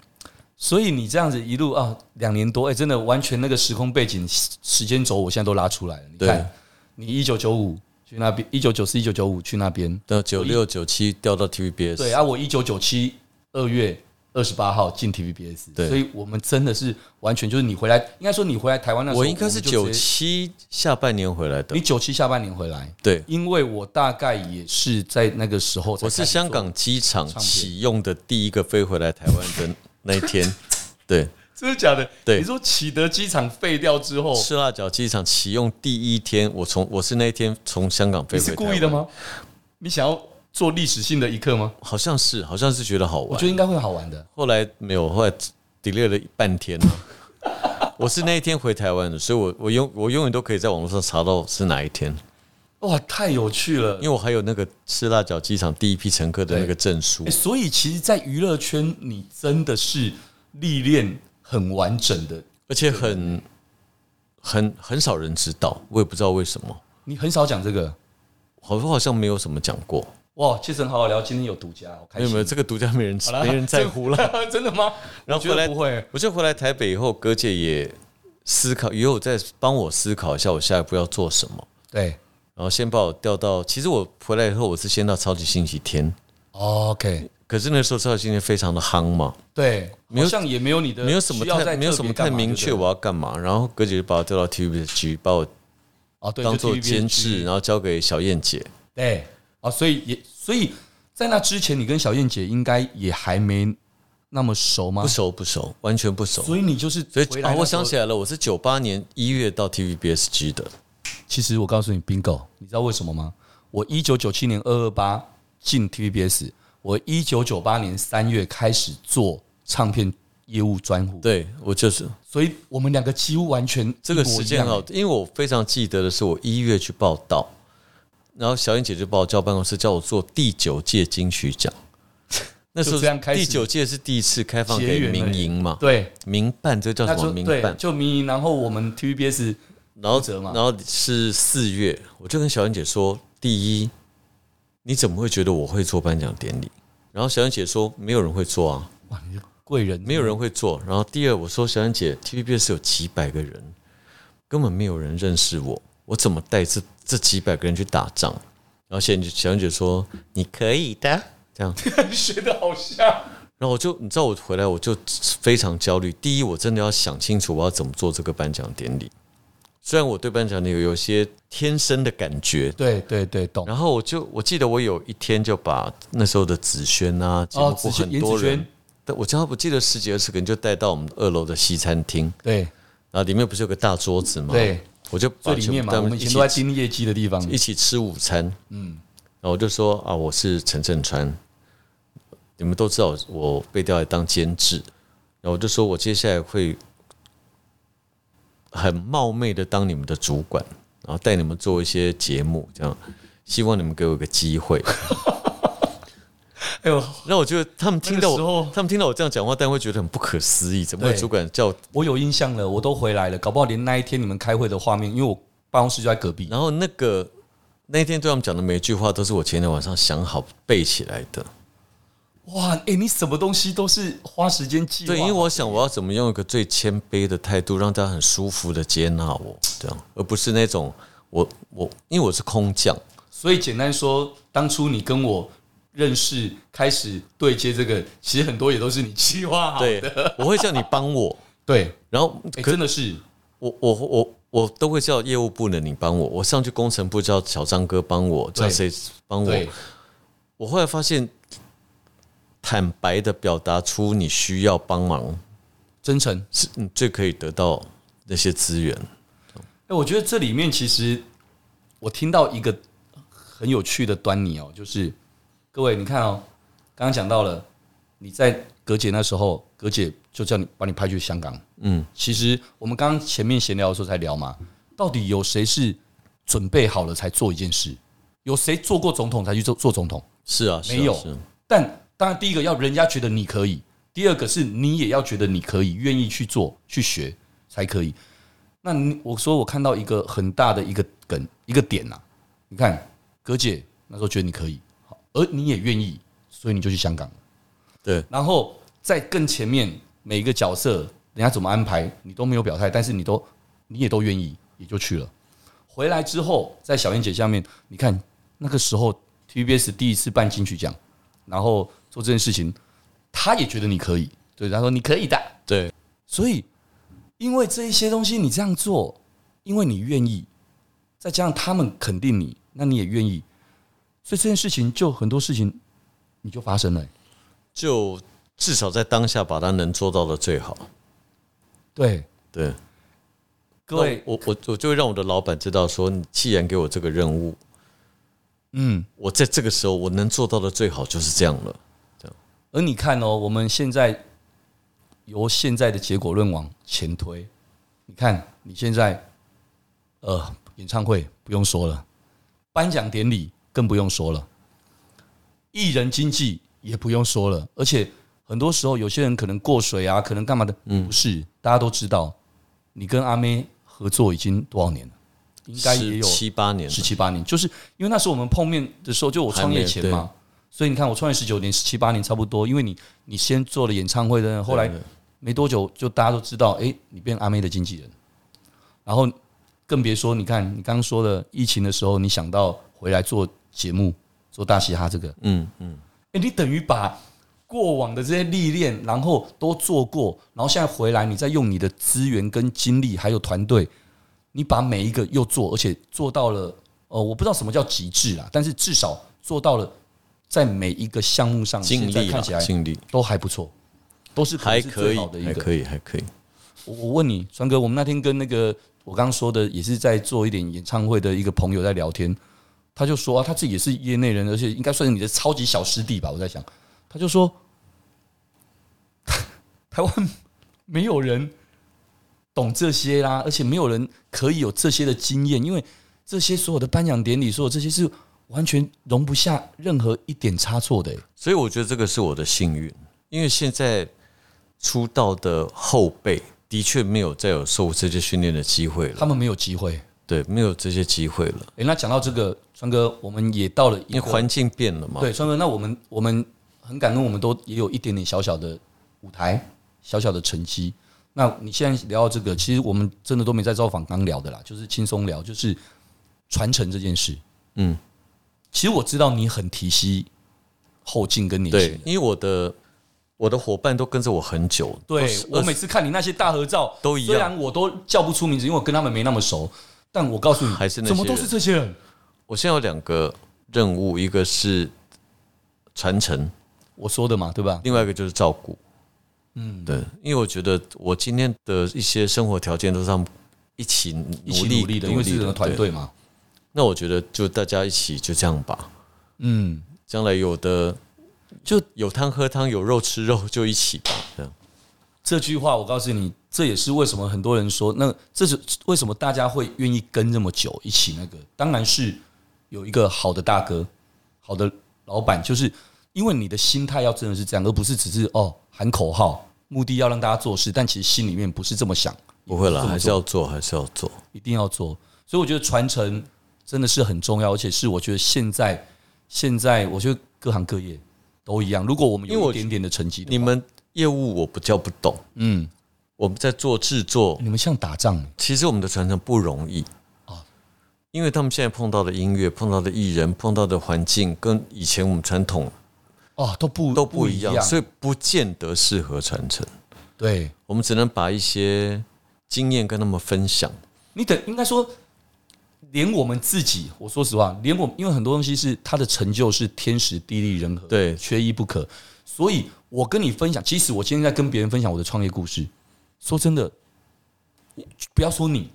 Speaker 3: 所以你这样子一路啊，两年多，哎、真的完全那个时空背景、时时间轴，我现在都拉出来了。你
Speaker 2: 对
Speaker 3: 看，你一九九五去那边，一九九四、一九九五去那边，
Speaker 2: 到九六九七调到 TVBS，
Speaker 3: 对啊，我一九九七二月二十八号进 TVBS，
Speaker 2: 对
Speaker 3: 所以我们真的是完全就是你回来，应该说你回来台湾那时候，
Speaker 2: 我应该是
Speaker 3: 们就
Speaker 2: 九
Speaker 3: 直接，
Speaker 2: 七下半年回来的
Speaker 3: 你。九七下半年回来，
Speaker 2: 对，
Speaker 3: 因为我大概也是在那个时候才
Speaker 2: 我
Speaker 3: 开始做，
Speaker 2: 是香港机场
Speaker 3: 片
Speaker 2: 启用的第一个飞回来台湾的那一 天，对，
Speaker 3: 真的假的？
Speaker 2: 对啊
Speaker 3: 你说启德机场废掉之后，
Speaker 2: 赤辣椒机场启用第一天，我从我是那一天从香港飞
Speaker 3: 你
Speaker 2: 回台
Speaker 3: 是
Speaker 2: 湾
Speaker 3: 故意的？吗？你想要做历史性的一刻吗？
Speaker 2: 好像是，好像是觉得好
Speaker 3: 我
Speaker 2: 玩
Speaker 3: 觉。得应该会好玩的。
Speaker 2: 后来没有，后来 delay 了半天了 我是那一天回台湾的，所以我我永我永远都可以在网络上查到是哪一天，
Speaker 3: 哇，太有趣了！
Speaker 2: 因为我还有那个赤辣椒机场第一批乘客的那个证书
Speaker 3: 诶。所以其实，在娱乐圈，你真的是历练很完整的。
Speaker 2: 而且很很很少人知道，我也不知道为什么，
Speaker 3: 你很少讲这个，
Speaker 2: 好像好像没有什么讲过，
Speaker 3: 哇，确实很好好聊。今天有独家，我开
Speaker 2: 没有
Speaker 3: 心。
Speaker 2: 没有这个独家没人
Speaker 3: 好啦
Speaker 2: 没人在乎了。
Speaker 3: 了， 真的吗？
Speaker 2: 然后
Speaker 3: 我觉
Speaker 2: 回来
Speaker 3: 得不会，
Speaker 2: 我就回来台北以后，哥姐也思考，也有在帮我思考一下我下一步要做什么。
Speaker 3: 对
Speaker 2: 然后先把我调到，其实我回来以后我是先到超级星期天，
Speaker 3: 哦，OK，
Speaker 2: 可是那时候超级星期天非常的夯嘛，
Speaker 3: 对，
Speaker 2: 没有
Speaker 3: 好像也没有你的，
Speaker 2: 没有什么
Speaker 3: 需要再
Speaker 2: 太没有什么太明确我
Speaker 3: 我
Speaker 2: 要干嘛。然后哥姐就把我调到 TVBS 把我
Speaker 3: 哦，对，
Speaker 2: 当
Speaker 3: 就
Speaker 2: 做
Speaker 3: TVB
Speaker 2: 监制，然后交给小燕姐。
Speaker 3: 对啊，所以也所以在那之前，你跟小燕姐应该也还没那么熟吗
Speaker 2: 不？熟不熟，完全不熟。
Speaker 3: 啊所以你就是
Speaker 2: 所
Speaker 3: 回
Speaker 2: 以
Speaker 3: 来
Speaker 2: 啊，
Speaker 3: 那
Speaker 2: 我
Speaker 3: 时候
Speaker 2: 想起来了，我是九八年一月到 TVBS 机的，
Speaker 3: 其实我告诉你，bingo，你知道为什么吗？我一九九七年二二八进 TVBS，我一九九八年三月开始做唱片业务专户，
Speaker 2: 对我就是
Speaker 3: 所以我们两个几乎完全
Speaker 2: 这个
Speaker 3: 一模
Speaker 2: 时
Speaker 3: 一
Speaker 2: 间哦
Speaker 3: 样
Speaker 2: 很好
Speaker 3: 欸，，
Speaker 2: 因为我非常记得的是，我一月去报道，然后小燕姐就把我叫办公室，叫我做第九届金曲奖。那时候
Speaker 3: 就这样开始
Speaker 2: 第九届是第一次开放
Speaker 3: 结
Speaker 2: 给
Speaker 3: 缘了耶
Speaker 2: 民营嘛，
Speaker 3: 对，
Speaker 2: 民办这个叫
Speaker 3: 那
Speaker 2: 什么
Speaker 3: 就
Speaker 2: 民
Speaker 3: 对
Speaker 2: 办？
Speaker 3: 就民营，然后我们 TVBS
Speaker 2: 然后
Speaker 3: 负责嘛
Speaker 2: 然后是四月，我就跟小燕姐说，第一，你怎么会觉得我会做颁奖典礼？然后小燕姐说，没有人会做啊。
Speaker 3: 哇，你是贵人，
Speaker 2: 没有人会做。然后第二，我说小燕姐，TVBS 有几百个人，根本没有人认识我，我怎么带这这几百个人去打仗？然后小燕姐小燕姐说：“你可以的。”这 样。
Speaker 3: 学的好像。
Speaker 2: 然后我就你知道，我回来我就非常焦虑。第一，我真的要想清楚我要怎么做这个颁奖典礼。虽然我对颁奖典礼有些天生的感觉，
Speaker 3: 对对对，懂。
Speaker 2: 然后我就我记得我有一天就把那时候的子轩啊，几
Speaker 3: 哦
Speaker 2: 乎
Speaker 3: 子轩
Speaker 2: 很多
Speaker 3: 严子
Speaker 2: 人
Speaker 3: 轩，
Speaker 2: 但我叫我记得十几二十个人就带到我们二楼的西餐厅，
Speaker 3: 对
Speaker 2: 然后里面不是有个大桌子吗？
Speaker 3: 对，
Speaker 2: 我就把
Speaker 3: 最里面嘛，
Speaker 2: 全
Speaker 3: 我
Speaker 2: 部带
Speaker 3: 们以
Speaker 2: 一
Speaker 3: 前
Speaker 2: 起
Speaker 3: 都在经历业绩的地方。
Speaker 2: 一起吃午餐，嗯，然后我就说啊，我是陈振川，你们都知道我被调来当监制，然后我就说我接下来会很冒昧的当你们的主管，然后带你们做一些节目，这样希望你们给我一个机会。
Speaker 3: 哎呦，
Speaker 2: 那我觉得他们听到
Speaker 3: 那个时
Speaker 2: 我
Speaker 3: 候，
Speaker 2: 他们听到我这样讲话，但会觉得很不可思议，怎么会
Speaker 3: 对
Speaker 2: 主管叫？
Speaker 3: 我有印象了，我都回来了，搞不好连那一天你们开会的画面，因为我办公室就在隔壁。
Speaker 2: 然后那个那一天对他们讲的每一句话，都是我前天晚上想好背起来的。
Speaker 3: 哇，哎、你什么东西都是花时间计划。
Speaker 2: 对，因为我想我要怎么用一个最谦卑的态度，让大家很舒服的接纳 我，这样，而不是那种我我，因为我是空降，
Speaker 3: 所以简单说，当初你跟我认识，开始对接这个，其实很多也都是你计划好
Speaker 2: 对
Speaker 3: 的。，
Speaker 2: 我会叫你帮 我，
Speaker 3: 对，
Speaker 2: 然后
Speaker 3: 哎、
Speaker 2: 可
Speaker 3: 真的是
Speaker 2: 我我我我都会叫业务部的你帮我，我上去工程部叫小张哥帮我，叫
Speaker 3: 对
Speaker 2: 谁帮我
Speaker 3: 对，
Speaker 2: 我后来发现，坦白的表达出你需要帮忙，
Speaker 3: 真诚。
Speaker 2: 是你最可以得到那些资源。
Speaker 3: 哎、我觉得这里面其实我听到一个很有趣的端倪哦，就是各位你看哦，刚刚讲到了你在葛姐那时候，葛姐就叫你把你派去香港。嗯，其实我们刚刚前面闲聊的时候才聊嘛，到底有谁是准备好了才做一件事？有谁做过总统才去做做总统？
Speaker 2: 是啊，是啊
Speaker 3: 没有
Speaker 2: 是啊
Speaker 3: 但当然，第一个要人家觉得你可以，第二个是你也要觉得你可以，愿意去做、去学才可以。那你我说我看到一个很大的一个梗、一个点呐、啊你看，葛姐那时候觉得你可以，好而你也愿意，所以你就去香港了。
Speaker 2: 对
Speaker 3: 然后在更前面每一个角色，人家怎么安排你都没有表态，但是你都你也都愿意，也就去了。回来之后，在小燕姐下面，你看那个时候 TVBS 第一次办金曲奖，然后做这件事情，她也觉得你可以，对，她说你可以的，
Speaker 2: 对，
Speaker 3: 所以，因为这一些东西你这样做，因为你愿意，再加上他们肯定你，那你也愿意，所以这件事情就很多事情你就发生了、
Speaker 2: 就至少在当下把它能做到的最好。
Speaker 3: 对，
Speaker 2: 对，
Speaker 3: 各位，
Speaker 2: 那我我我就会让我的老板知道说，你既然给我这个任务，
Speaker 3: 嗯，
Speaker 2: 我在这个时候我能做到的最好就是这样了。
Speaker 3: 而你看哦，我们现在由现在的结果论往前推，你看你现在，呃，演唱会不用说了，颁奖典礼更不用说了，艺人经济也不用说了，而且很多时候有些人可能过水啊，可能干嘛的，不是，大家都知道，你跟阿妹合作已经多少年了，应该也有
Speaker 2: 十七八年了
Speaker 3: 十，七八年，就是因为那时候我们碰面的时候，就我创业前
Speaker 2: 还没
Speaker 3: 嘛，所以你看我创业十九年、十七八年差不多，因为你你先做了演唱会的，后来
Speaker 2: 对对
Speaker 3: 没多久就大家都知道，诶，你变阿妹的经纪人，然后更别说你看你刚刚说的疫情的时候，你想到回来做节目、做大嘻哈这个，
Speaker 2: 嗯嗯，
Speaker 3: 诶，你等于把过往的这些历练，然后都做过，然后现在回来，你再用你的资源跟精力，还有团队，你把每一个又做，而且做到了，呃，我不知道什么叫极致啦，但是至少做到了，在每一个项目上，
Speaker 2: 尽
Speaker 3: 现
Speaker 2: 力
Speaker 3: 在
Speaker 2: 了
Speaker 3: 看起，来
Speaker 2: 尽力
Speaker 3: 都还不错，都是
Speaker 2: 还
Speaker 3: 是
Speaker 2: 可
Speaker 3: 最
Speaker 2: 以
Speaker 3: 好的，一
Speaker 2: 还
Speaker 3: 个。
Speaker 2: 可以，还可以。
Speaker 3: 我我问你，川哥，我们那天跟那个我刚刚说的，也是在做一点演唱会的一个朋友在聊天，他就说啊，他自己也是业内人，而且应该算是你的超级小师弟吧。我在想，他就说，台湾没有人懂这些啦，而且没有人可以有这些的经验，因为这些所有的颁奖典礼，所有这些是完全容不下任何一点差错的、欸
Speaker 2: 所以我觉得这个是我的幸运，因为现在出道的后辈的确没有再有受这些训练的机会了，
Speaker 3: 他们没有机会。
Speaker 2: 对，没有这些机会了，
Speaker 3: 诶，那讲到这个，川哥，我们也到了一
Speaker 2: 因为
Speaker 3: 个
Speaker 2: 环境变了嘛。
Speaker 3: 对，川哥，那我们我们很感动，我们都也有一点点小小的舞台，小小的成绩。那你现在聊到这个，其实我们真的都没在造访刚聊的啦，就是轻松聊，就是传承这件事。
Speaker 2: 嗯，
Speaker 3: 其实我知道你很提惜后进跟年轻
Speaker 2: 对
Speaker 3: 人，。
Speaker 2: 因为我的我的伙伴都跟着我很久，
Speaker 3: 对
Speaker 2: 都是
Speaker 3: 我
Speaker 2: 20
Speaker 3: 每次看你那些大合照
Speaker 2: 都一样
Speaker 3: 虽然我都叫不出名字，因为我跟他们没那么熟，但我告诉你，
Speaker 2: 还是那些
Speaker 3: 怎么都是这些人。
Speaker 2: 我现在有两个任务，一个是传承，
Speaker 3: 我说的嘛，对吧？
Speaker 2: 另外一个就是照顾。嗯，对，因为我觉得我今天的一些生活条件都是他们一起
Speaker 3: 一
Speaker 2: 努
Speaker 3: 起
Speaker 2: 力
Speaker 3: 努力的，因为是整个团。
Speaker 2: 对
Speaker 3: 队嘛。
Speaker 2: 那我觉得就大家一起就这样吧，
Speaker 3: 嗯，
Speaker 2: 将来有的就有汤喝汤，有肉吃肉，就一起吧。这样
Speaker 3: 这句话我告诉你，这也是为什么很多人说，那这是为什么大家会愿意跟这么久一起那个，当然是有一个好的大哥，好的老板，就是因为你的心态要真的是这样，而不是只是哦喊口号，目的要让大家做事，但其实心里面不是这么想，
Speaker 2: 不会啦，
Speaker 3: 这
Speaker 2: 还
Speaker 3: 么做
Speaker 2: 是要做，还是要做。
Speaker 3: 一定要做。所以我觉得传承真的是很重要，而且是我觉得现在现在我觉得各行各业都一样。如果我们
Speaker 2: 因为
Speaker 3: 有
Speaker 2: 我
Speaker 3: 一点点的成绩的话，
Speaker 2: 你们业务我不叫不懂，
Speaker 3: 嗯，
Speaker 2: 我们在做制作，
Speaker 3: 你们像打仗欸
Speaker 2: 其实我们的传承不容易
Speaker 3: 哦
Speaker 2: 因为他们现在碰到的音乐、碰到的艺人、碰到的环境，跟以前我们传统
Speaker 3: 哦，都不
Speaker 2: 都不一样，所
Speaker 3: 以
Speaker 2: 以不见得适合传承。
Speaker 3: 对
Speaker 2: 我们只能把一些经验跟他们分享。
Speaker 3: 你等应该说，连我们自己，我说实话，连我因为很多东西是他的成就是天时地利人和，
Speaker 2: 对
Speaker 3: 缺一不可。所以我跟你分享，其实我今天在跟别人分享我的创业故事，说真的，不要说你，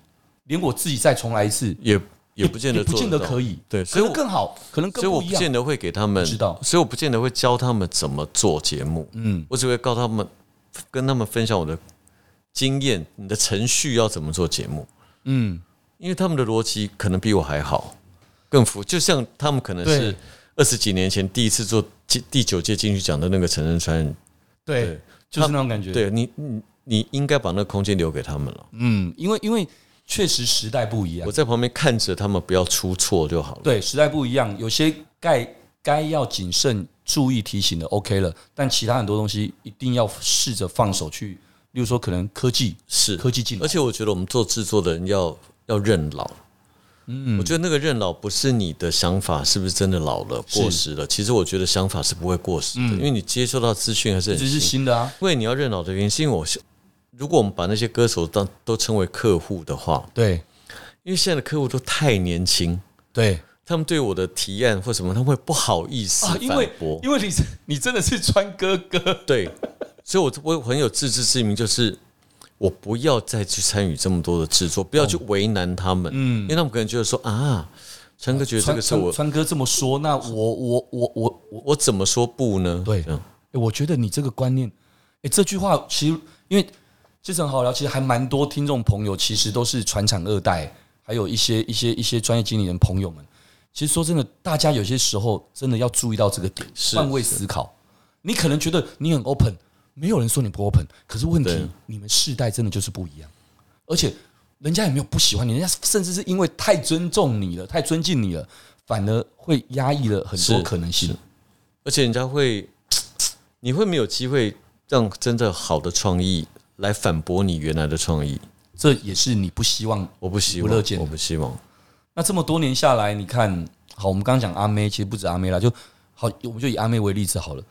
Speaker 3: 连我自己再重来一次，
Speaker 2: 也也不见得
Speaker 3: 不
Speaker 2: 做
Speaker 3: 见得
Speaker 2: 到
Speaker 3: 可以，
Speaker 2: 对，所
Speaker 3: 可
Speaker 2: 以
Speaker 3: 能
Speaker 2: 我
Speaker 3: 更好，可能更
Speaker 2: 所以我
Speaker 3: 不
Speaker 2: 不
Speaker 3: 一
Speaker 2: 见
Speaker 3: 样。
Speaker 2: 得会给他们
Speaker 3: 知道
Speaker 2: 所以我不见得会教他们怎么做节目，
Speaker 3: 嗯，
Speaker 2: 我只会告他们，跟他们分享我的经验，你的程序要怎么做节目，
Speaker 3: 嗯，
Speaker 2: 因为他们的逻辑可能比我还好，更符，就像他们可能是
Speaker 3: 对
Speaker 2: 二十几年前第一次做金第九届金曲奖的那个成人传人，
Speaker 3: 对，就是那种感觉。，
Speaker 2: 对你你你应该把那个空间留给他们了，
Speaker 3: 嗯，因为因为确实时代不一样
Speaker 2: 我，在旁边看着他们不要出错就好了。
Speaker 3: 对，时代不一样，有些该该要谨慎注意提醒的 OK 了，但其他很多东西一定要试着放手去，例如说可能科技
Speaker 2: 是
Speaker 3: 科技进来
Speaker 2: 而，且我觉得我们做制作的人要要认老。嗯，我觉得那个认老不是你的想法是不是真的老了、
Speaker 3: 是嗯
Speaker 2: 过时了。其实我觉得想法是不会过时的，因为你接受到资讯还是
Speaker 3: 一
Speaker 2: 很
Speaker 3: 直是
Speaker 2: 新。
Speaker 3: 新的啊，
Speaker 2: 因为你要认老的原因，是因为我是如果我们把那些歌手当都称为客户的话，
Speaker 3: 对
Speaker 2: 因为现在的客户都太年轻，
Speaker 3: 对
Speaker 2: 他们对我的提案或什么，他们会不好意思
Speaker 3: 啊，因
Speaker 2: 反
Speaker 3: 为
Speaker 2: 驳。
Speaker 3: 因为你是你真的是川哥哥，
Speaker 2: 对，所以我我很有自知之明，就是我不要再去参与这么多的制作，不要去为难他们，嗯，因为他们可能觉得说啊，陈哥觉得这
Speaker 3: 川
Speaker 2: 个是
Speaker 3: 川
Speaker 2: 我
Speaker 3: 川哥这么说，那我我我我我
Speaker 2: 我怎么说不呢？
Speaker 3: 对
Speaker 2: 这样
Speaker 3: 欸我觉得你这个观念，哎、这句话其实因为这次很好聊，其实还蛮多听众朋友其实都是传产二代，还有一些一些一些专业经理人朋友们。其实说真的，大家有些时候真的要注意到这个点，
Speaker 2: 是
Speaker 3: 换位思考。你可能觉得你很 open，没有人说你不 open，可是问
Speaker 2: 对
Speaker 3: 题你们世代真的就是不一样，而且人家也没有不喜欢你，人家甚至是因为太尊重你了，太尊敬你了，反而会压抑了很多
Speaker 2: 是
Speaker 3: 可能性。
Speaker 2: 而且人家会，你会没有机会让真的好的创意来反驳你原来的创意，
Speaker 3: 这也是你不希望
Speaker 2: 我不希
Speaker 3: 不
Speaker 2: 望，
Speaker 3: 乐见哦
Speaker 2: 我不希望，
Speaker 3: 那这么多年下来，你看，好，我们刚刚讲阿妹，其实不止阿妹啦，就好，我们就以阿妹为例子好了。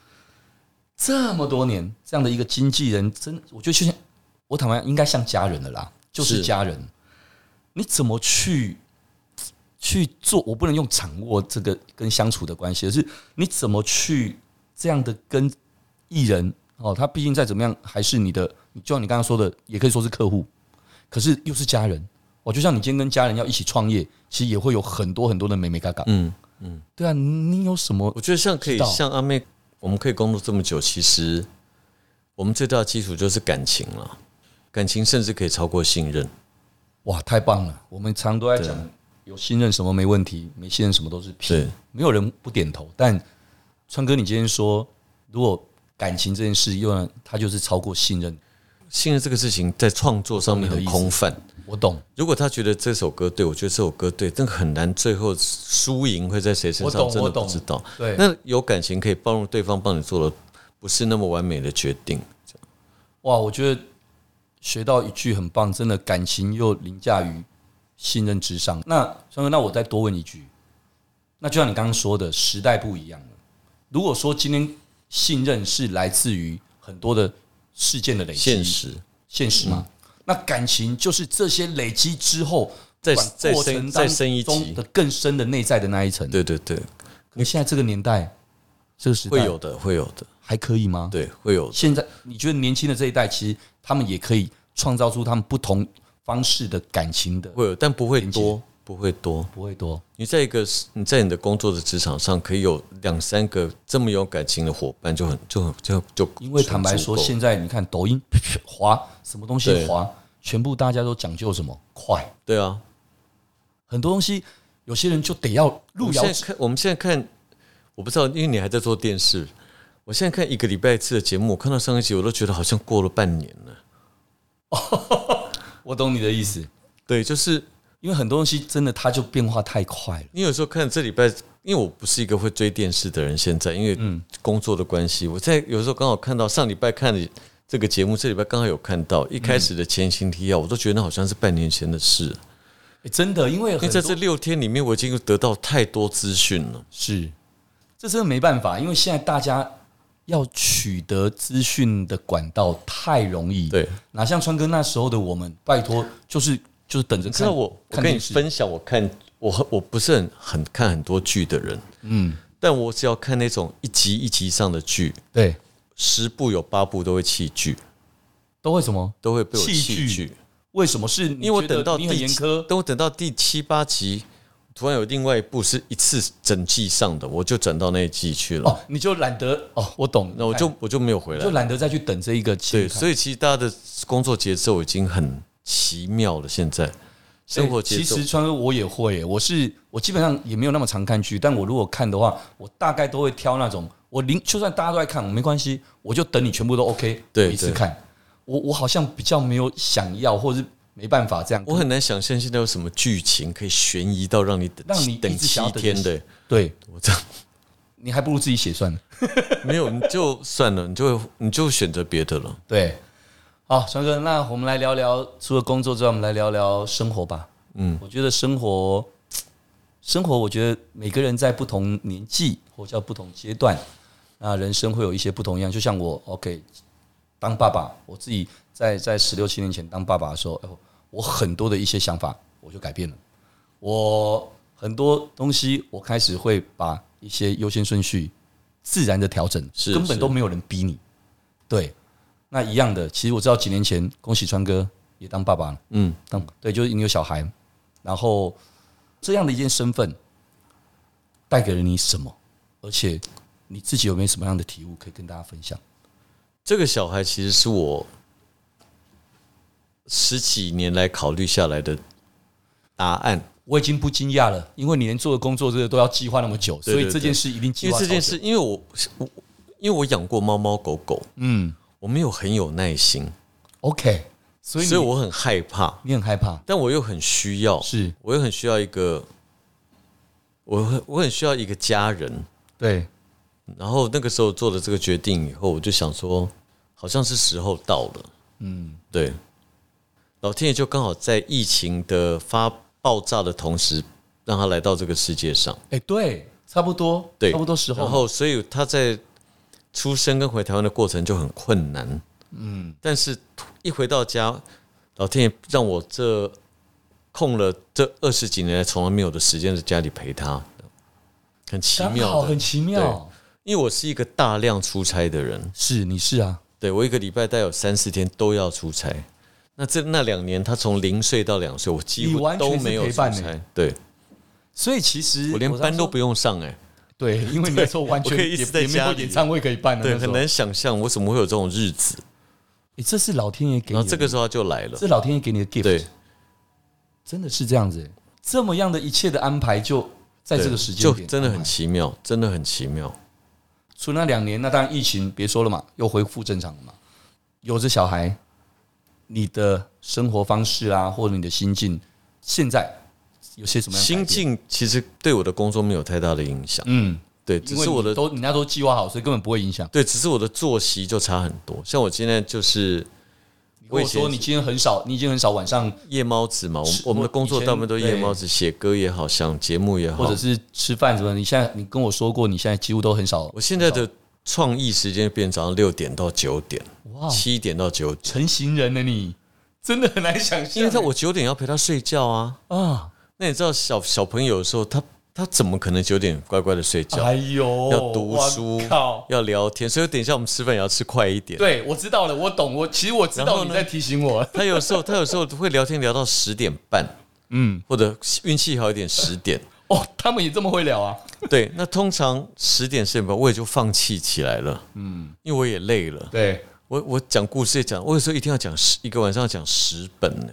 Speaker 3: 这么多年，这样的一个经纪人，真，我觉得就像我坦白讲，应该像家人了啦，就是
Speaker 2: 是
Speaker 3: 家人。你怎么去去做？我不能用掌握这个跟相处的关系，而是你怎么去这样的跟艺人哦，他毕竟再怎么样还是你的，就像你刚刚说的，也可以说是客户，可是又是家人。哦，就像你今天跟家人要一起创业，其实也会有很多很多的美美嘎嘎。
Speaker 2: 嗯。
Speaker 3: 对啊，你有什么
Speaker 2: 我？觉得像可以
Speaker 3: 知道
Speaker 2: 像阿妹，我们可以工作这么久，其实我们最大的基础就是感情了，感情甚至可以超过信任。
Speaker 3: 哇，太棒了！我们常都在讲，有信任什么没问题，没信任什么都是屁
Speaker 2: 啊对，
Speaker 3: 没有人不点头。但川哥，你今天说，如果感情这件事又让它就是超过信任，
Speaker 2: 信任这个事情在创作上面很空泛。
Speaker 3: 我懂，
Speaker 2: 如果他觉得这首歌对，我觉得这首歌对，但很难最后输赢会在谁身
Speaker 3: 我
Speaker 2: 上，
Speaker 3: 懂
Speaker 2: 真
Speaker 3: 我
Speaker 2: 的
Speaker 3: 懂
Speaker 2: 不知道。
Speaker 3: 对
Speaker 2: 那有感情可以包容对方帮你做了不是那么完美的决定，
Speaker 3: 哇，我觉得学到一句很棒，真的感情又凌驾于信任之上。那川哥，那我再多问一句，那就像你刚刚说的，时代不一样了，如果说今天信任是来自于很多的事件的累积，
Speaker 2: 现实嗯
Speaker 3: 现实嘛，那感情就是这些累积之后，
Speaker 2: 再
Speaker 3: 不管
Speaker 2: 再
Speaker 3: 过
Speaker 2: 深
Speaker 3: 程
Speaker 2: 再
Speaker 3: 当
Speaker 2: 深一
Speaker 3: 中
Speaker 2: 级
Speaker 3: 的更深的内在的那一层。
Speaker 2: 对对对，
Speaker 3: 你现在这个年代，这个时代
Speaker 2: 会有的，会有的，
Speaker 3: 还可以吗？
Speaker 2: 对，会有的。
Speaker 3: 现在你觉得年轻的这一代，其实他们也可以创造出他们不同方式的感情的，
Speaker 2: 会有，但不会
Speaker 3: 连接
Speaker 2: 多，不会多。
Speaker 3: 不会多？
Speaker 2: 你在一个你在你的工作的职场上，可以有两三个这么有感情的伙伴，就很就很就就
Speaker 3: 因为坦白
Speaker 2: 就足
Speaker 3: 说，
Speaker 2: 够
Speaker 3: 现在你看抖音 滑什么东西
Speaker 2: 对
Speaker 3: 滑，全部大家都讲究什么快，
Speaker 2: 对啊，
Speaker 3: 很多东西有些人就得要
Speaker 2: 我
Speaker 3: 路
Speaker 2: 们
Speaker 3: 遥
Speaker 2: 现
Speaker 3: 知
Speaker 2: 在看，我们现在看，我不知道，因为你还在做电视。我现在看一个礼拜一次的节目，我看到上一集，我都觉得好像过了半年了。
Speaker 3: 我懂你的意思，
Speaker 2: 对，就是
Speaker 3: 因为很多东西真的它就变化太快了。
Speaker 2: 你有时候看这礼拜，因为我不是一个会追电视的人，现在因为工作的关系，我在有时候刚好看到上礼拜看的这个节目，这礼拜刚好有看到一开始的前情提要，我都觉得那好像是半年前的事。
Speaker 3: 诶哎真的，因为
Speaker 2: 因为
Speaker 3: 很
Speaker 2: 在
Speaker 3: 多
Speaker 2: 这六天里面，我已经得到太多资讯了。
Speaker 3: 是这真的没办法，因为现在大家要取得资讯的管道太容易，，
Speaker 2: 对，
Speaker 3: 哪像川哥那时候的我们，拜托就是就是等着
Speaker 2: 你知
Speaker 3: 看
Speaker 2: 道我，我
Speaker 3: 看
Speaker 2: 跟你
Speaker 3: 电视，
Speaker 2: 分享，我看我我不是很很看很多剧的人，
Speaker 3: 嗯，
Speaker 2: 但我只要看那种一集一集上的剧，
Speaker 3: 对，
Speaker 2: 十部有八部都会弃剧，
Speaker 3: 都会什么？
Speaker 2: 都会被我
Speaker 3: 弃
Speaker 2: 弃
Speaker 3: 剧
Speaker 2: 剧。
Speaker 3: 为什么是你
Speaker 2: 因为我
Speaker 3: 觉得
Speaker 2: 等到
Speaker 3: 你很
Speaker 2: 第
Speaker 3: 严
Speaker 2: 七
Speaker 3: 苛，
Speaker 2: 等我等到第七八集，突然有另外一部是一次整季上的，我就转到那一季去了。
Speaker 3: 哦，你就懒得哦，我懂，
Speaker 2: 那我就我就没有回
Speaker 3: 你
Speaker 2: 来
Speaker 3: 就。懒得再去等这一个
Speaker 2: 对，
Speaker 3: 期
Speaker 2: 所以其实大家的工作节奏已经很奇妙了。现在生活节
Speaker 3: 哎其
Speaker 2: 奏
Speaker 3: 实川哥我也会耶，我是我基本上也没有那么常看剧，但我如果看的话，我大概都会挑那种我零，就算大家都在看，我没关系，我就等你全部都 OK，
Speaker 2: 对
Speaker 3: 我一次
Speaker 2: 对
Speaker 3: 看。我我好像比较没有想要，或者是没办法这样。
Speaker 2: 我很难想象现在有什么剧情可以悬疑到让你等
Speaker 3: 让你一直
Speaker 2: 等七
Speaker 3: 想要等
Speaker 2: 天的。
Speaker 3: 对
Speaker 2: 我这样
Speaker 3: 你还不如自己写算了。
Speaker 2: 没有，你就算了，你就你就选择别的了。
Speaker 3: 对，好，川哥，那我们来聊聊，除了工作之外，我们来聊聊生活吧。嗯，我觉得生活，生活，我觉得每个人在不同年纪或叫不同阶段，那人生会有一些不同样。就像我，OK，当爸爸，我自己在在十六七年前当爸爸的时候，哎呦我很多的一些想法我就改变了，我很多东西我开始会把一些优先顺序自然的调整，
Speaker 2: 是
Speaker 3: 根本
Speaker 2: 是
Speaker 3: 都没有人逼你。对，那一样的，其实我知道几年前，恭喜川哥也当爸爸了，
Speaker 2: 嗯，
Speaker 3: 当对，就是你有小孩，然后这样的一件身份带给了你什么，而且你自己有没有什么样的体悟可以跟大家分享？
Speaker 2: 这个小孩其实是我十几年来考虑下来的答案。
Speaker 3: 我已经不惊讶了，因为你连做的工作这个都要计划那么久，
Speaker 2: 对
Speaker 3: 所以
Speaker 2: 对
Speaker 3: 这件事一定计
Speaker 2: 因为
Speaker 3: 划。
Speaker 2: 这件事，，因为我我因为我养过猫猫狗狗，
Speaker 3: 嗯
Speaker 2: 我没有很有耐心，
Speaker 3: ，OK，所以你
Speaker 2: 所以我很害怕，
Speaker 3: 你很害怕，
Speaker 2: 但我又很需要，
Speaker 3: 是
Speaker 2: 我又很需要一个，我很我很需要一个家人。
Speaker 3: 对，
Speaker 2: 然后那个时候做了这个决定以后，我就想说，好像是时候到了。
Speaker 3: 嗯，
Speaker 2: 对，老天爷就刚好在疫情的发爆炸的同时，让他来到这个世界上。
Speaker 3: 哎、对，差不多，
Speaker 2: 对，
Speaker 3: 差不多时候，
Speaker 2: 然后，所以他在出生跟回台湾的过程就很困难。嗯，但是一回到家，老天爷让我这空了这二十几年来从来没有的时间在家里陪他，很奇
Speaker 3: 刚好
Speaker 2: 妙的
Speaker 3: 很。奇妙，
Speaker 2: 因为我是一个大量出差的人，
Speaker 3: 是你是啊，
Speaker 2: 对我一个礼拜大概有三四天都要出差。那这那两年，他从零岁到两岁，我几
Speaker 3: 你
Speaker 2: 乎
Speaker 3: 完全
Speaker 2: 都
Speaker 3: 是
Speaker 2: 没有
Speaker 3: 陪
Speaker 2: 出
Speaker 3: 伴欸
Speaker 2: 差。对
Speaker 3: 所以其实
Speaker 2: 我连
Speaker 3: 在
Speaker 2: 班都
Speaker 3: 说
Speaker 2: 不用上哎、
Speaker 3: 对，因为你那时候完全
Speaker 2: 我可以一直
Speaker 3: 也
Speaker 2: 在
Speaker 3: 也没有
Speaker 2: 家里
Speaker 3: 演唱会可以办了，
Speaker 2: 对，
Speaker 3: 那时
Speaker 2: 很
Speaker 3: 候。
Speaker 2: 难想象我怎么会有这种日子。
Speaker 3: 诶这是老天爷给
Speaker 2: 然后
Speaker 3: 你的，
Speaker 2: 这个时候他就来了，
Speaker 3: 是老天爷给你的 gift，
Speaker 2: 对，
Speaker 3: 真的是这样子诶，这么样的一切的安排就在
Speaker 2: 对
Speaker 3: 这个时间
Speaker 2: 就
Speaker 3: 点，
Speaker 2: 真的很。奇妙，真的很奇妙。
Speaker 3: 除了那两年，那当然疫情别说了嘛，又恢复正常了嘛。有着小孩，你的生活方式啊，或者你的心境，现在有些什么样的改
Speaker 2: 心
Speaker 3: 变？
Speaker 2: 境其实对我的工作没有太大的影响，
Speaker 3: 嗯，
Speaker 2: 对，只
Speaker 3: 因为
Speaker 2: 是我
Speaker 3: 你
Speaker 2: 的
Speaker 3: 都你那都计划好，所以根本不会影响。
Speaker 2: 对，只是我的作息就差很多。像我今天就是
Speaker 3: 你或
Speaker 2: 我以
Speaker 3: 者
Speaker 2: 前
Speaker 3: 说你今天很少，你已经很少晚上
Speaker 2: 夜猫子嘛，我们我们的工
Speaker 3: 以
Speaker 2: 作
Speaker 3: 前
Speaker 2: 大部分都是夜猫子，写歌也好，想节目也好，
Speaker 3: 或者是吃饭什么，你现在你跟我说过，你现在几乎都很少
Speaker 2: 我现在的创意时间变早上六点到九点，
Speaker 3: 哇，
Speaker 2: 七点到九点，
Speaker 3: 成型人了你，真的很难想象。
Speaker 2: 因为他我九点要陪他睡觉啊。
Speaker 3: 啊，
Speaker 2: 那你知道小小朋友的时候，他他怎么可能九点乖乖的睡觉？
Speaker 3: 哎呦，
Speaker 2: 要读书
Speaker 3: 哇靠，！
Speaker 2: 要聊天，所以等一下我们吃饭也要吃快一点。
Speaker 3: 对，我知道了，我懂，我其实我知
Speaker 2: 然
Speaker 3: 道
Speaker 2: 后
Speaker 3: 你
Speaker 2: 呢
Speaker 3: 在提醒我，
Speaker 2: 他有时候他有时候会聊天聊到十点半，
Speaker 3: 嗯，
Speaker 2: 或者运气好一点十点。
Speaker 3: 哦，他们也这么会聊啊，
Speaker 2: 对，那通常十点十点半我也就放弃起来了，嗯，因为我也累了。
Speaker 3: 对，
Speaker 2: 我我讲故事也讲，我有时候一定要讲十一个晚上要讲十本呢、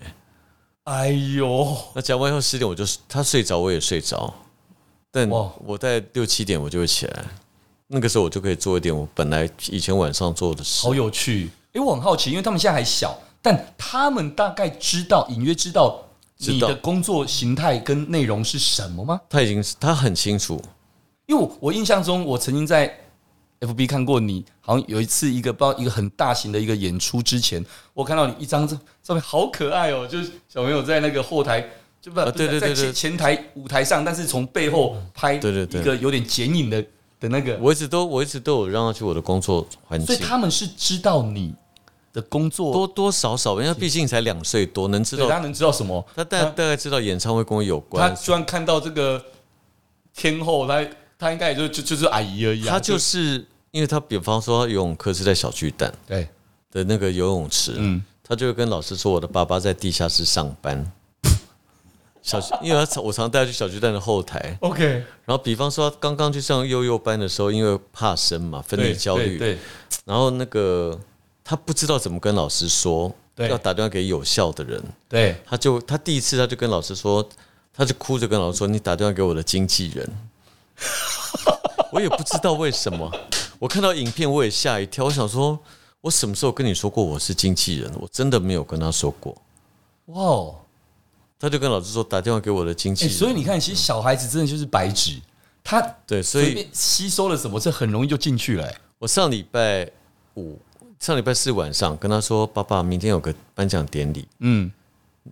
Speaker 3: 哎呦，
Speaker 2: 那讲完以后十点我就他睡着，我也睡着，但
Speaker 3: 哇
Speaker 2: 我在六七点我就会起来，那个时候我就可以做一点我本来以前晚上做的事
Speaker 3: 好。有趣。因为我很好奇，因为他们现在还小，但他们大概知道隐约知道你
Speaker 2: 知道
Speaker 3: 的工作形态跟内容是什么吗？
Speaker 2: 他已经他很清楚，
Speaker 3: 因为我我印象中，我曾经在 FB 看过你，好像有一次一个包一个很大型的一个演出之前，我看到你一张照照片，好可爱哦，就是小朋友在那个后台。就不、
Speaker 2: 啊
Speaker 3: 不是
Speaker 2: 对对
Speaker 3: 在
Speaker 2: 对对
Speaker 3: 前前台舞台上，但是从背后拍一
Speaker 2: 对对对
Speaker 3: 个有点剪影的的那个，
Speaker 2: 我一直都我一直都有让他去我的工作环
Speaker 3: 所以
Speaker 2: 境，
Speaker 3: 他们是知道你的工作，
Speaker 2: 多多少少，因为他毕竟才两岁多，能知
Speaker 3: 对，他
Speaker 2: 道
Speaker 3: 能知道什么？
Speaker 2: 他大大概知道演唱会跟我有
Speaker 3: 他
Speaker 2: 关，
Speaker 3: 居然看到这个天后，他他应该也就就就是阿姨而已、啊，
Speaker 2: 他就是因为他比方说他游泳课是在小巨蛋
Speaker 3: 对，
Speaker 2: 的那个游泳池，啊
Speaker 3: 嗯，
Speaker 2: 他就会跟老师说我的爸爸在地下室上班。 小巨，因为他常我常带他去小巨蛋的后台，
Speaker 3: OK，
Speaker 2: 然后比方说他刚刚去上幼幼班的时候，因为怕生嘛，分离焦虑，
Speaker 3: 对，
Speaker 2: 然后那个他不知道怎么跟老师说，
Speaker 3: 对
Speaker 2: 要打电话给有效的人，
Speaker 3: 对
Speaker 2: 他就他第一次他就跟老师说，他就哭着跟老师说：“你打电话给我的经纪人。” 我也不知道为什么，我看到影片我也吓一跳，我想说，我什么时候跟你说过我是经纪人？我真的没有跟他说过。
Speaker 3: 哇哦，
Speaker 2: 他就跟老师说打电话给我的经纪
Speaker 3: 哎，
Speaker 2: 人，
Speaker 3: 所以你看，其实小孩子真的就是白纸，他
Speaker 2: 对，所
Speaker 3: 随
Speaker 2: 以
Speaker 3: 便吸收了什么，这很容易就进去了、哎
Speaker 2: 我上礼拜五、上礼拜四晚上跟他说，爸爸，明天有个颁奖典礼，
Speaker 3: 嗯，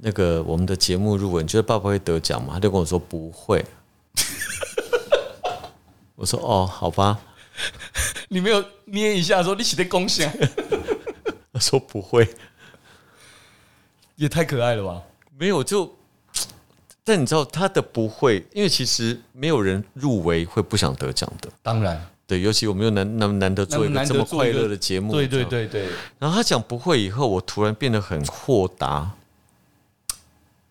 Speaker 2: 那个我们的节目入围，你觉得爸爸会得奖吗？他就跟我说不会。 我说哦，好吧。
Speaker 3: 你没有捏一下说你写的贡献，
Speaker 2: 他说不会，
Speaker 3: 也太可爱了吧？
Speaker 2: 没有就。但你知道他的不会，因为其实没有人入围会不想得奖的。
Speaker 3: 当然，
Speaker 2: 对，尤其我们又难难难得做一个
Speaker 3: 难
Speaker 2: 这
Speaker 3: 得
Speaker 2: 么
Speaker 3: 做
Speaker 2: 快
Speaker 3: 一个
Speaker 2: 乐的节目，
Speaker 3: 对对
Speaker 2: 这样。
Speaker 3: 对对，
Speaker 2: 然后他讲不会以后，我突然变得很豁达。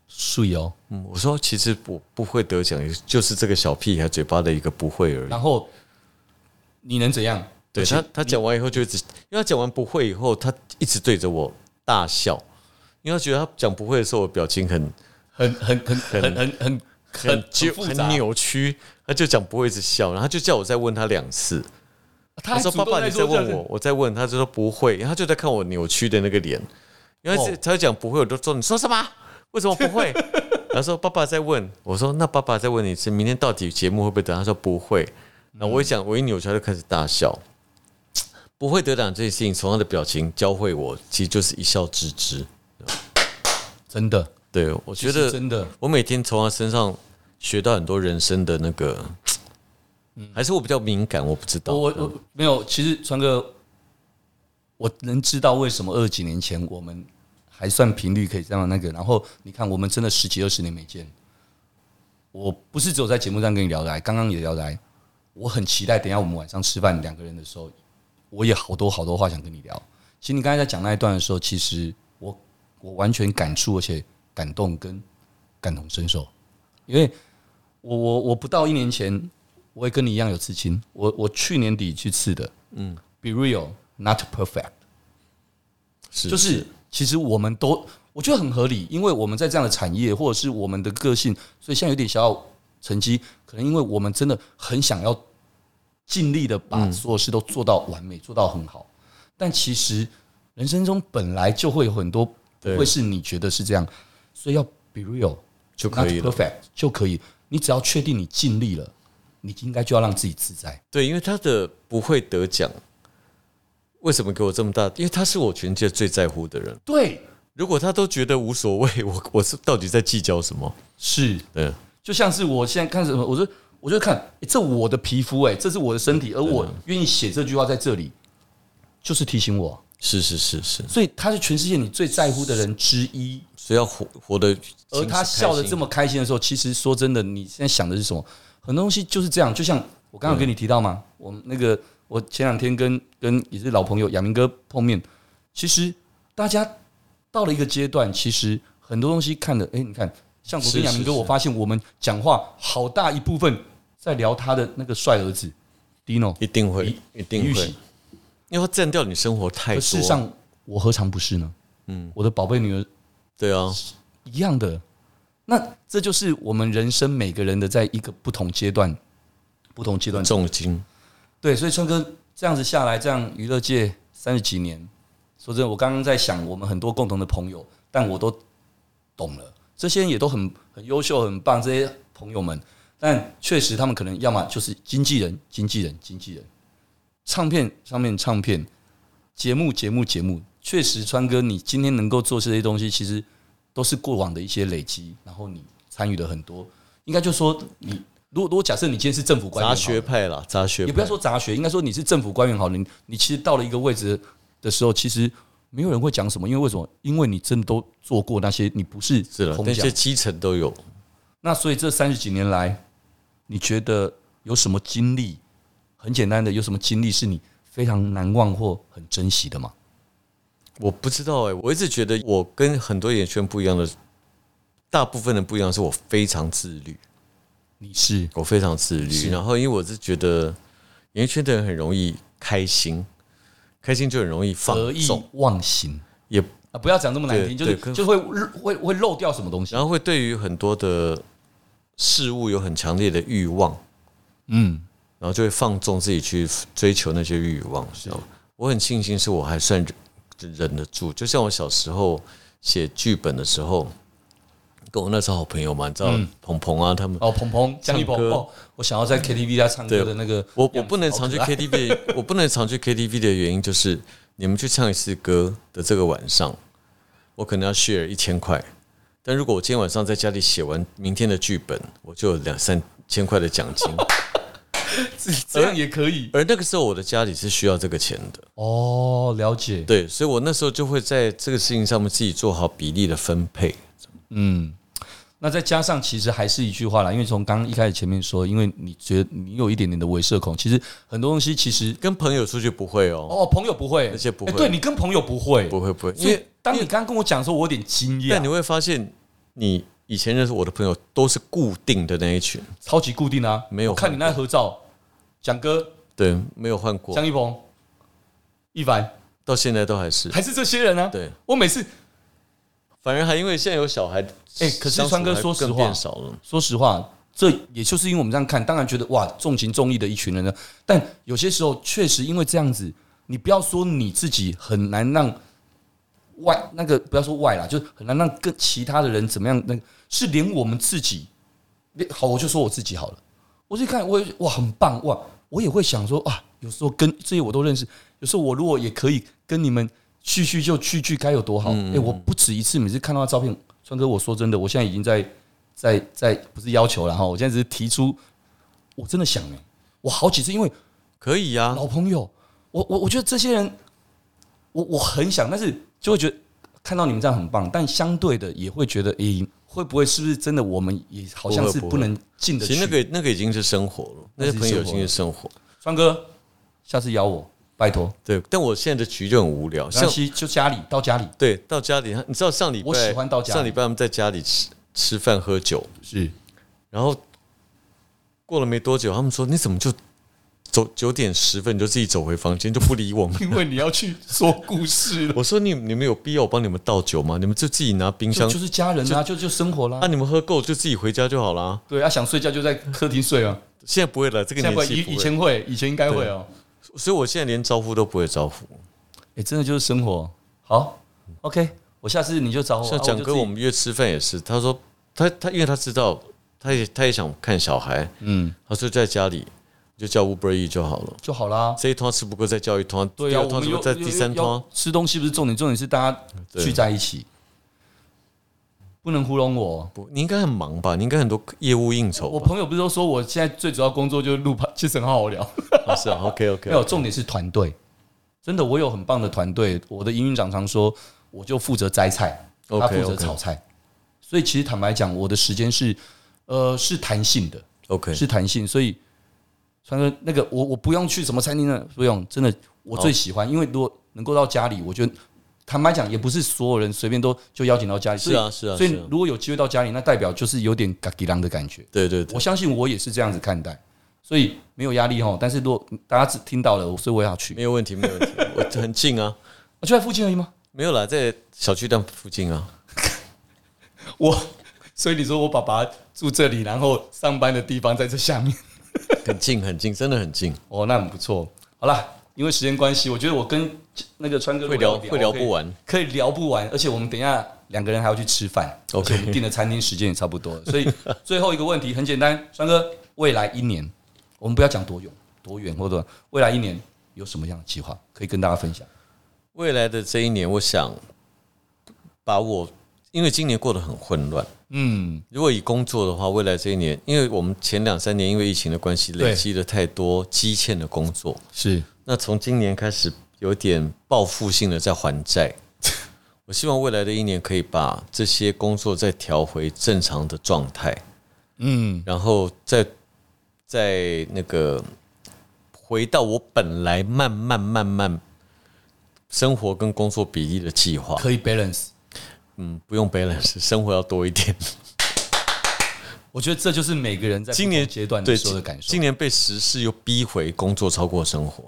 Speaker 3: 睡哦，
Speaker 2: 嗯，我说其实我不会得奖，就是这个小屁孩嘴巴的一个不会而已
Speaker 3: 然。后你能怎样？
Speaker 2: 对
Speaker 3: 而且
Speaker 2: 他，他讲完以后就一直，因为他讲完不会以后，他一直对着我大笑，因为他觉得他讲不会的时候，我表情很
Speaker 3: 很很很很很很很
Speaker 2: 纠
Speaker 3: 复杂
Speaker 2: 很。扭曲，他就讲不会一直笑，然后他就叫我再问他两次。
Speaker 3: 他
Speaker 2: 他
Speaker 3: 还
Speaker 2: 说：“
Speaker 3: 哎主
Speaker 2: 爸
Speaker 3: 动
Speaker 2: 爸，你再
Speaker 3: 做这样
Speaker 2: 问
Speaker 3: 子
Speaker 2: 我，我再问。”他就说：“不会。”他就在看我扭曲的那个脸，因为他
Speaker 3: 哦
Speaker 2: 他讲不会，我就说：“你说什么？为什么不 会？”然后说：“爸爸在问。”我说：“那爸爸再问你一次，明天到底节目会不会得？”他说：“不会。”然后我一讲，我一扭曲，他就开始大笑。不会得奖这件事情，从他的表情教会我，其实就是一笑置之。
Speaker 3: 真的，
Speaker 2: 对我觉
Speaker 3: 其实
Speaker 2: 得
Speaker 3: 真的
Speaker 2: 我每天从他身上学到很多人生的那个，还是我比较敏感，我不知道。
Speaker 3: 嗯
Speaker 2: 嗯
Speaker 3: 我我我没有，其实川哥，我能知道为什么二十几年前我们还算频率可以这样那个，然后你看我们真的十几二十年没见，我不是只有在节目上跟你聊得来，哎刚刚也聊得来，我很期待等一下我们晚上吃饭两个人的时候，我也好多好多话想跟你聊。其实你刚才在讲那一段的时候，其实我我完全感触，而且感动跟感同身受，因为我我我不到一年前我也跟你一样有刺青，我我去年底去刺的，嗯，Be real, not perfect，
Speaker 2: 是
Speaker 3: 就是其实我们都我觉得很合理，因为我们在这样的产业或者是我们的个性，所以现在有点小小成绩，可能因为我们真的很想要尽力的把
Speaker 2: 嗯
Speaker 3: 所有事都做到完美，做到很好，但其实人生中本来就会有很多不
Speaker 2: 对
Speaker 3: 会是你觉得是这样，所以要 be real
Speaker 2: 就可以
Speaker 3: not
Speaker 2: 了。
Speaker 3: perfect 就可以，你只要确定你尽力了，你应该就要让自己自在。
Speaker 2: 对，因为他的不会得奖，为什么给我这么大？因为他是我全世界最在乎的人。
Speaker 3: 对，
Speaker 2: 如果他都觉得无所谓，我我是到底在计较什么？
Speaker 3: 是，
Speaker 2: 对，
Speaker 3: 就像是我现在看什么，我就我就看，诶这我的皮肤，哎，这是我的身体，而我愿意写这句话在这里，就是提醒我，
Speaker 2: 是是是是，
Speaker 3: 所以他是全世界你最在乎的人之一。
Speaker 2: 所以要活活得。
Speaker 3: 而他笑得这么开心的时候，其实说真的，你现在想的是什么？很多东西就是这样，就像我刚刚有跟你提到嘛，我们那个我前两天跟跟也是老朋友亚明哥碰面，其实大家到了一个阶段，其实很多东西看的，哎、你看，像我
Speaker 2: 是
Speaker 3: 跟亚明
Speaker 2: 是
Speaker 3: 哥，
Speaker 2: 是
Speaker 3: 我发现我们讲话好大一部分在聊他的那个帅儿子 Dino
Speaker 2: 一定会，一
Speaker 3: 李
Speaker 2: 定
Speaker 3: 玉
Speaker 2: 会
Speaker 3: 玺，，
Speaker 2: 因为他占掉你生活太
Speaker 3: 而
Speaker 2: 多。
Speaker 3: 事实上我何尝不是呢？嗯，我的宝贝女儿
Speaker 2: 对啊，
Speaker 3: 一样的。那这就是我们人生每个人的在一个不同阶段，不同阶段。
Speaker 2: 重金
Speaker 3: 对，所以川哥这样子下来，这样娱乐界三十几年，说真的，我刚刚在想，我们很多共同的朋友，但我都懂了，这些人也都很很优秀、很棒，这些朋友们，但确实他们可能要么就是经纪人、经纪人、经纪人，唱片上面唱片，节目节目节目，确实川哥，你今天能够做这些东西，其实都是过往的一些累积，然后你参与了很多，应该就说你。如果如果假设你今天是政府官员好
Speaker 2: 杂
Speaker 3: 了，
Speaker 2: 学派啦，杂学
Speaker 3: 也不要
Speaker 2: 派。
Speaker 3: 说杂学，应该说你是政府官员好了，你你其实到了一个位置的时候，其实没有人会讲什么，因为为什么？因为你真的都做过那些，你不是
Speaker 2: 是了，
Speaker 3: 空
Speaker 2: 那
Speaker 3: 讲
Speaker 2: 些。基层都有。
Speaker 3: 那所以这三十几年来，你觉得有什么经历？很简单的，有什么经历是你非常难忘或很珍惜的吗？
Speaker 2: 我不知道哎、我一直觉得我跟很多演艺圈不一样的，大部分的不一样是我非常自律，
Speaker 3: 你是
Speaker 2: 我非常自律。然后因为我是觉得演艺圈的人很容易开心，开心就很容易放
Speaker 3: 得意
Speaker 2: 纵，
Speaker 3: 忘形
Speaker 2: 也
Speaker 3: 啊！不要讲这么难听，
Speaker 2: 对
Speaker 3: 就是
Speaker 2: 对跟
Speaker 3: 就会会会漏掉什么东西。
Speaker 2: 然后会对于很多的事物有很强烈的欲望，
Speaker 3: 嗯，
Speaker 2: 然后就会放纵自己去追求那些欲望。知道吗我很庆幸是我还算忍忍得住，就像我小时候写剧本的时候，跟我那时候好朋友嘛，你知
Speaker 3: 嗯
Speaker 2: 道鹏鹏啊他们。
Speaker 3: 哦，鹏鹏，江一鹏，
Speaker 2: 唱歌嗯
Speaker 3: 哦，我想要在 KTV 他唱歌
Speaker 2: 对
Speaker 3: 的那个，哦
Speaker 2: 我我不能常去
Speaker 3: 好可爱
Speaker 2: KTV，我不能常去 KTV 的原因就是，你们去唱一次歌的这个晚上，我可能要 share 一千块，但如果我今天晚上在家里写完明天的剧本，我就有两三千块的奖金。
Speaker 3: 这样也可以。
Speaker 2: 而那个时候我的家里是需要这个钱的，
Speaker 3: 哦，了解。
Speaker 2: 对，所以我那时候就会在这个事情上面自己做好比例的分配。
Speaker 3: 那再加上，其实还是一句话啦，因为从刚刚一开始前面说，因为你觉得你有一点点的猥亵恐，其实很多东西其实
Speaker 2: 跟朋友出去不会哦，
Speaker 3: 哦，朋友不会，
Speaker 2: 而且不会
Speaker 3: 哎对你跟朋友不会，
Speaker 2: 不会不会，因
Speaker 3: 所以啊
Speaker 2: 为
Speaker 3: 当你刚刚跟我讲的时候，我有点惊
Speaker 2: 但你
Speaker 3: 讶，
Speaker 2: 会发现，你以前认识我的朋友都是固定的那一群，
Speaker 3: 超级固定啊，
Speaker 2: 没有
Speaker 3: 我看你那合照，蒋哥、
Speaker 2: 对，没有换过，
Speaker 3: 江一鹏、一凡，
Speaker 2: 到现在都还是。
Speaker 3: 还是这些人啊。
Speaker 2: 对，
Speaker 3: 我每次
Speaker 2: 反而还因为现在有小孩，
Speaker 3: 哎可是
Speaker 2: 相处
Speaker 3: 川哥
Speaker 2: 还
Speaker 3: 说实
Speaker 2: 更
Speaker 3: 话
Speaker 2: 变少了，
Speaker 3: 说实话，这也就是因为我们这样看，当然觉得哇，重情重义的一群人呢。但有些时候确实因为这样子，你不要说你自己很难让外那个不要说外啦，就是很难让跟其他的人怎么样，那个是连我们自己，连好我就说我自己好了。我去看，我也哇很棒哇，我也会想说啊，有时候跟这些我都认识，有时候我如果也可以跟你们去去就去去，该有多好！哎、我不止一次，每次看到他照片，川哥，我说真的，我现在已经在在在不是要求了哈，我现在只是提出，我真的想哎、我好几次，因为
Speaker 2: 可以呀、
Speaker 3: 啊老朋友，我我我觉得这些人，我我很想，但是就会觉得看到你们这样很棒，但相对的也会觉得，诶、会不会是不是真的我们也好像是
Speaker 2: 不会不会
Speaker 3: 不能进得
Speaker 2: 其
Speaker 3: 去？
Speaker 2: 实那个那个已经是生活了，那
Speaker 3: 那
Speaker 2: 些
Speaker 3: 是
Speaker 2: 朋友已
Speaker 3: 生活
Speaker 2: 经是生活。
Speaker 3: 川哥，下次邀我，拜托。
Speaker 2: 对，但我现在的局就很无聊，
Speaker 3: 像
Speaker 2: 像
Speaker 3: 西就家里到家里
Speaker 2: 对到家里，你知道上礼拜
Speaker 3: 我喜欢到家里
Speaker 2: 上礼拜我们在家里吃吃饭喝酒，
Speaker 3: 是
Speaker 2: 然后过了没多久，他们说你怎么就走九点十分你就自己走回房间就不理我们？
Speaker 3: 因为你要去说故事了，
Speaker 2: 我说你你们有必要我帮你们倒酒吗？你们就自己拿冰
Speaker 3: 就
Speaker 2: 箱
Speaker 3: 就是家人啊，就就生活
Speaker 2: 啊，
Speaker 3: 啦。
Speaker 2: 你们喝够就自己回家就好啦。
Speaker 3: 对啊，想睡觉就在客厅睡 啊。
Speaker 2: 现在不会了，这个
Speaker 3: 现在
Speaker 2: 年
Speaker 3: 不会
Speaker 2: 纪不
Speaker 3: 以以
Speaker 2: 会，
Speaker 3: 前会，以前应该会哦。
Speaker 2: 所以我现在连招呼都不会招呼。
Speaker 3: 哎，真的就是生活。好，OK，我下次你就找我。
Speaker 2: 像
Speaker 3: 啊
Speaker 2: 蒋哥，我，
Speaker 3: 就自己
Speaker 2: 们约吃饭也是，他说他他因为他知道，他也他也想看小孩，
Speaker 3: 嗯，
Speaker 2: 他说在家里就叫 Uber E 就好了。
Speaker 3: 就好啦。
Speaker 2: 这一趟吃不够，再叫一趟，
Speaker 3: 对
Speaker 2: 第
Speaker 3: 呀、
Speaker 2: 二
Speaker 3: 我
Speaker 2: 趟
Speaker 3: 们
Speaker 2: 怎
Speaker 3: 又
Speaker 2: 啊么再第三
Speaker 3: 又
Speaker 2: 趟
Speaker 3: 又？吃东西不是重点，重点是大家
Speaker 2: 对
Speaker 3: 聚在一起，不能糊弄我。
Speaker 2: 不，你应该很忙吧？你应该很多业务应酬
Speaker 3: 我
Speaker 2: 吧？
Speaker 3: 朋友不是都说我现在最主要工作就是录 pod- 其实很好聊，
Speaker 2: 啊是啊，OK
Speaker 3: 没有
Speaker 2: OK，
Speaker 3: 重点是团队，真的我有很棒的团队，我的营运长常说我就负责摘菜，他
Speaker 2: OK，
Speaker 3: 负责
Speaker 2: OK
Speaker 3: 炒菜，所以其实坦白讲，我的时间是呃是弹性的，
Speaker 2: OK，
Speaker 3: 是弹性，所以川哥那个我我不用去什么餐厅了，不用，真的我最喜欢，因为如果能够到家里，我觉得坦白讲也不是所有人随便都就邀请到家里，
Speaker 2: 是啊是啊
Speaker 3: 所以
Speaker 2: 是
Speaker 3: 所
Speaker 2: 啊
Speaker 3: 以如果有机会到家里，那代表就是有点嘎吉郎的感觉，
Speaker 2: 对对对
Speaker 3: 我，相信我也是这样子看待，所以没有压力哈。但是如果大家只听到了，所以我也要去，
Speaker 2: 没有问题没有问 题，我很近啊，
Speaker 3: 我就在附近而已吗？
Speaker 2: 没有啦，在小区站附近啊，
Speaker 3: 我， 所以你说我爸爸住这里，然后上班的地方在这下面。
Speaker 2: 很近很近，真的很近，
Speaker 3: 哦，那很不错。好啦，因为时间关系，我觉得我跟那个川哥
Speaker 2: 会聊会聊不，完。
Speaker 3: 可以可以聊不完，而且我们等一下两个人还要去吃饭
Speaker 2: OK
Speaker 3: 而且我们订的餐厅时间也差不多了，所以最后一个问题很简单，川哥，未来一年，我们不要讲多远多远或者未来一年有什么样的计划可以跟大家分享？
Speaker 2: 未来的这一年，我想把我，因为今年过得很混乱。
Speaker 3: 嗯，
Speaker 2: 如果以工作的话，未来这一年，因为我们前两三年因为疫情的关系，
Speaker 3: 对
Speaker 2: 累积了太多积欠的工作，
Speaker 3: 是
Speaker 2: 那从今年开始有点报复性的在还债。 我希望未来的一年可以把这些工作再调回正常的状态，
Speaker 3: 嗯，
Speaker 2: 然后再再那个回到我本来慢慢慢慢生活跟工作比例的计划。
Speaker 3: 可以 balance。
Speaker 2: 嗯，不用 balance，生 活要多一点。
Speaker 3: 我觉得这就是每个人在
Speaker 2: 今年
Speaker 3: 不同阶段
Speaker 2: 对
Speaker 3: 的时候的感受。
Speaker 2: 今年被时事又逼回工作超过生活，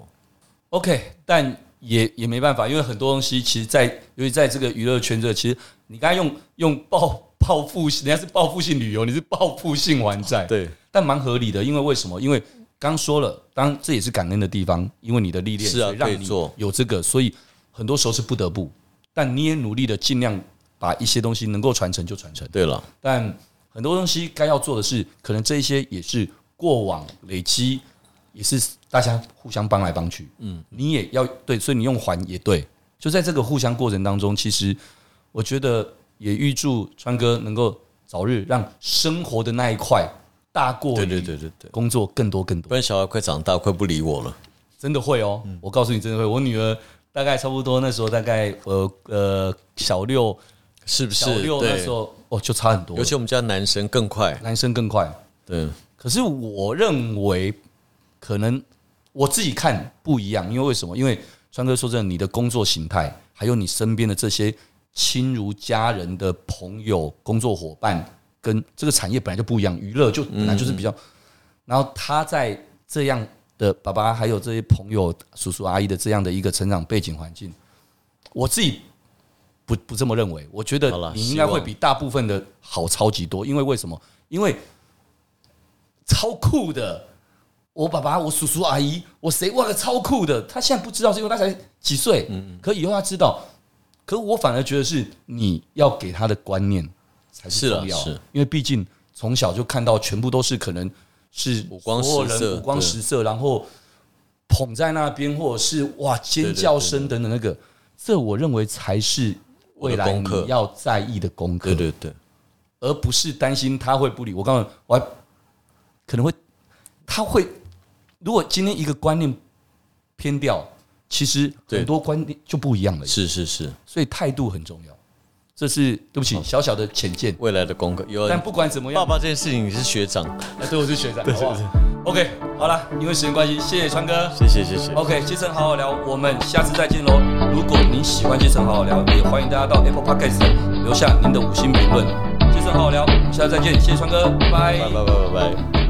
Speaker 3: OK，但也也没办法，因为很多东西其实在，尤其在这个娱乐圈这，其实你刚才用用报报复性，人家是报复性旅游，你是报复性还债，，
Speaker 2: 对，
Speaker 3: 但蛮合理的，因为为什么？因为刚说了，当然这也是感恩的地方，因为你的历练
Speaker 2: 是啊
Speaker 3: 所以
Speaker 2: 可
Speaker 3: 让
Speaker 2: 以
Speaker 3: 你
Speaker 2: 做
Speaker 3: 有这个，所以很多时候是不得不，但你也努力的尽量把一些东西能够传承就传承，
Speaker 2: 对了，
Speaker 3: 但很多东西该要做的是，可能这一些也是过往累积，也是大家互相帮来帮去。嗯，你也要对，所以你用还也对。就在这个互相过程当中，其实我觉得也预祝川哥能够早日让生活的那一块大过
Speaker 2: 对
Speaker 3: 于
Speaker 2: 对对对对，嗯
Speaker 3: 工作更多更多
Speaker 2: 不。然小孩快长大，快不理我了。
Speaker 3: 真的会哦，我告诉你真的会。我女儿大概差不多那时候大概呃呃小六
Speaker 2: 是不是
Speaker 3: 小？六那
Speaker 2: 对
Speaker 3: 时，候哦就差很多了
Speaker 2: 尤，其我们家男生更快，
Speaker 3: 男生更快。
Speaker 2: 对，
Speaker 3: 可是我认为，可能我自己看不一样，因为为什么？因为川哥说真的，你的工作形态，还有你身边的这些亲如家人的朋友、工作伙伴，跟这个产业本来就不一样，娱乐就本来就是比较。
Speaker 2: 嗯
Speaker 3: 然后他在这样的爸爸，还有这些朋友、叔叔阿姨的这样的一个成长背景环境，我自己不不这么认为。我觉
Speaker 2: 好
Speaker 3: 得
Speaker 2: 啦
Speaker 3: 你应该
Speaker 2: 希
Speaker 3: 会
Speaker 2: 望
Speaker 3: 比大部分的好超级多，因为为什么？因为超酷的。我爸爸、我叔叔阿姨、我谁哇个超酷的，他现在不知道是因为他才几岁，
Speaker 2: 嗯
Speaker 3: 可以后他知道。可我反而觉得是你要给他的观念才
Speaker 2: 是
Speaker 3: 是
Speaker 2: 啊
Speaker 3: 重要，
Speaker 2: 是
Speaker 3: 因为毕竟从小就看到全部都是可能是
Speaker 2: 五光十
Speaker 3: 所有人
Speaker 2: 色
Speaker 3: 五光
Speaker 2: 对
Speaker 3: 十色，然后捧在那边，或者是哇尖叫声等等那个，这我认为才是未
Speaker 2: 我
Speaker 3: 来
Speaker 2: 的功课
Speaker 3: 你要在意的功课
Speaker 2: 对，对 对，
Speaker 3: 而不是担心他会不理我。告诉你，我还可能会，他会，如果今天一个观念偏掉，其实
Speaker 2: 对
Speaker 3: 很多观念就不一样了，
Speaker 2: 是是是，
Speaker 3: 所以态度很重要。这是对不起，小小的浅见，
Speaker 2: 未来的功课有
Speaker 3: 但不管怎么样
Speaker 2: 爸，爸这件事情，你是学长，
Speaker 3: 哎，对，我是学长，好不好？OK，好了，因为时间关系，谢谢川哥。
Speaker 2: 谢谢谢谢。
Speaker 3: OK，杰森好好聊，我们下次再见喽。如果您喜欢杰森好好聊，也欢迎大家到 Apple Podcast 留下您的五星评论。杰森好好聊，我们下次再见，谢谢川哥，拜
Speaker 2: 拜拜拜拜拜。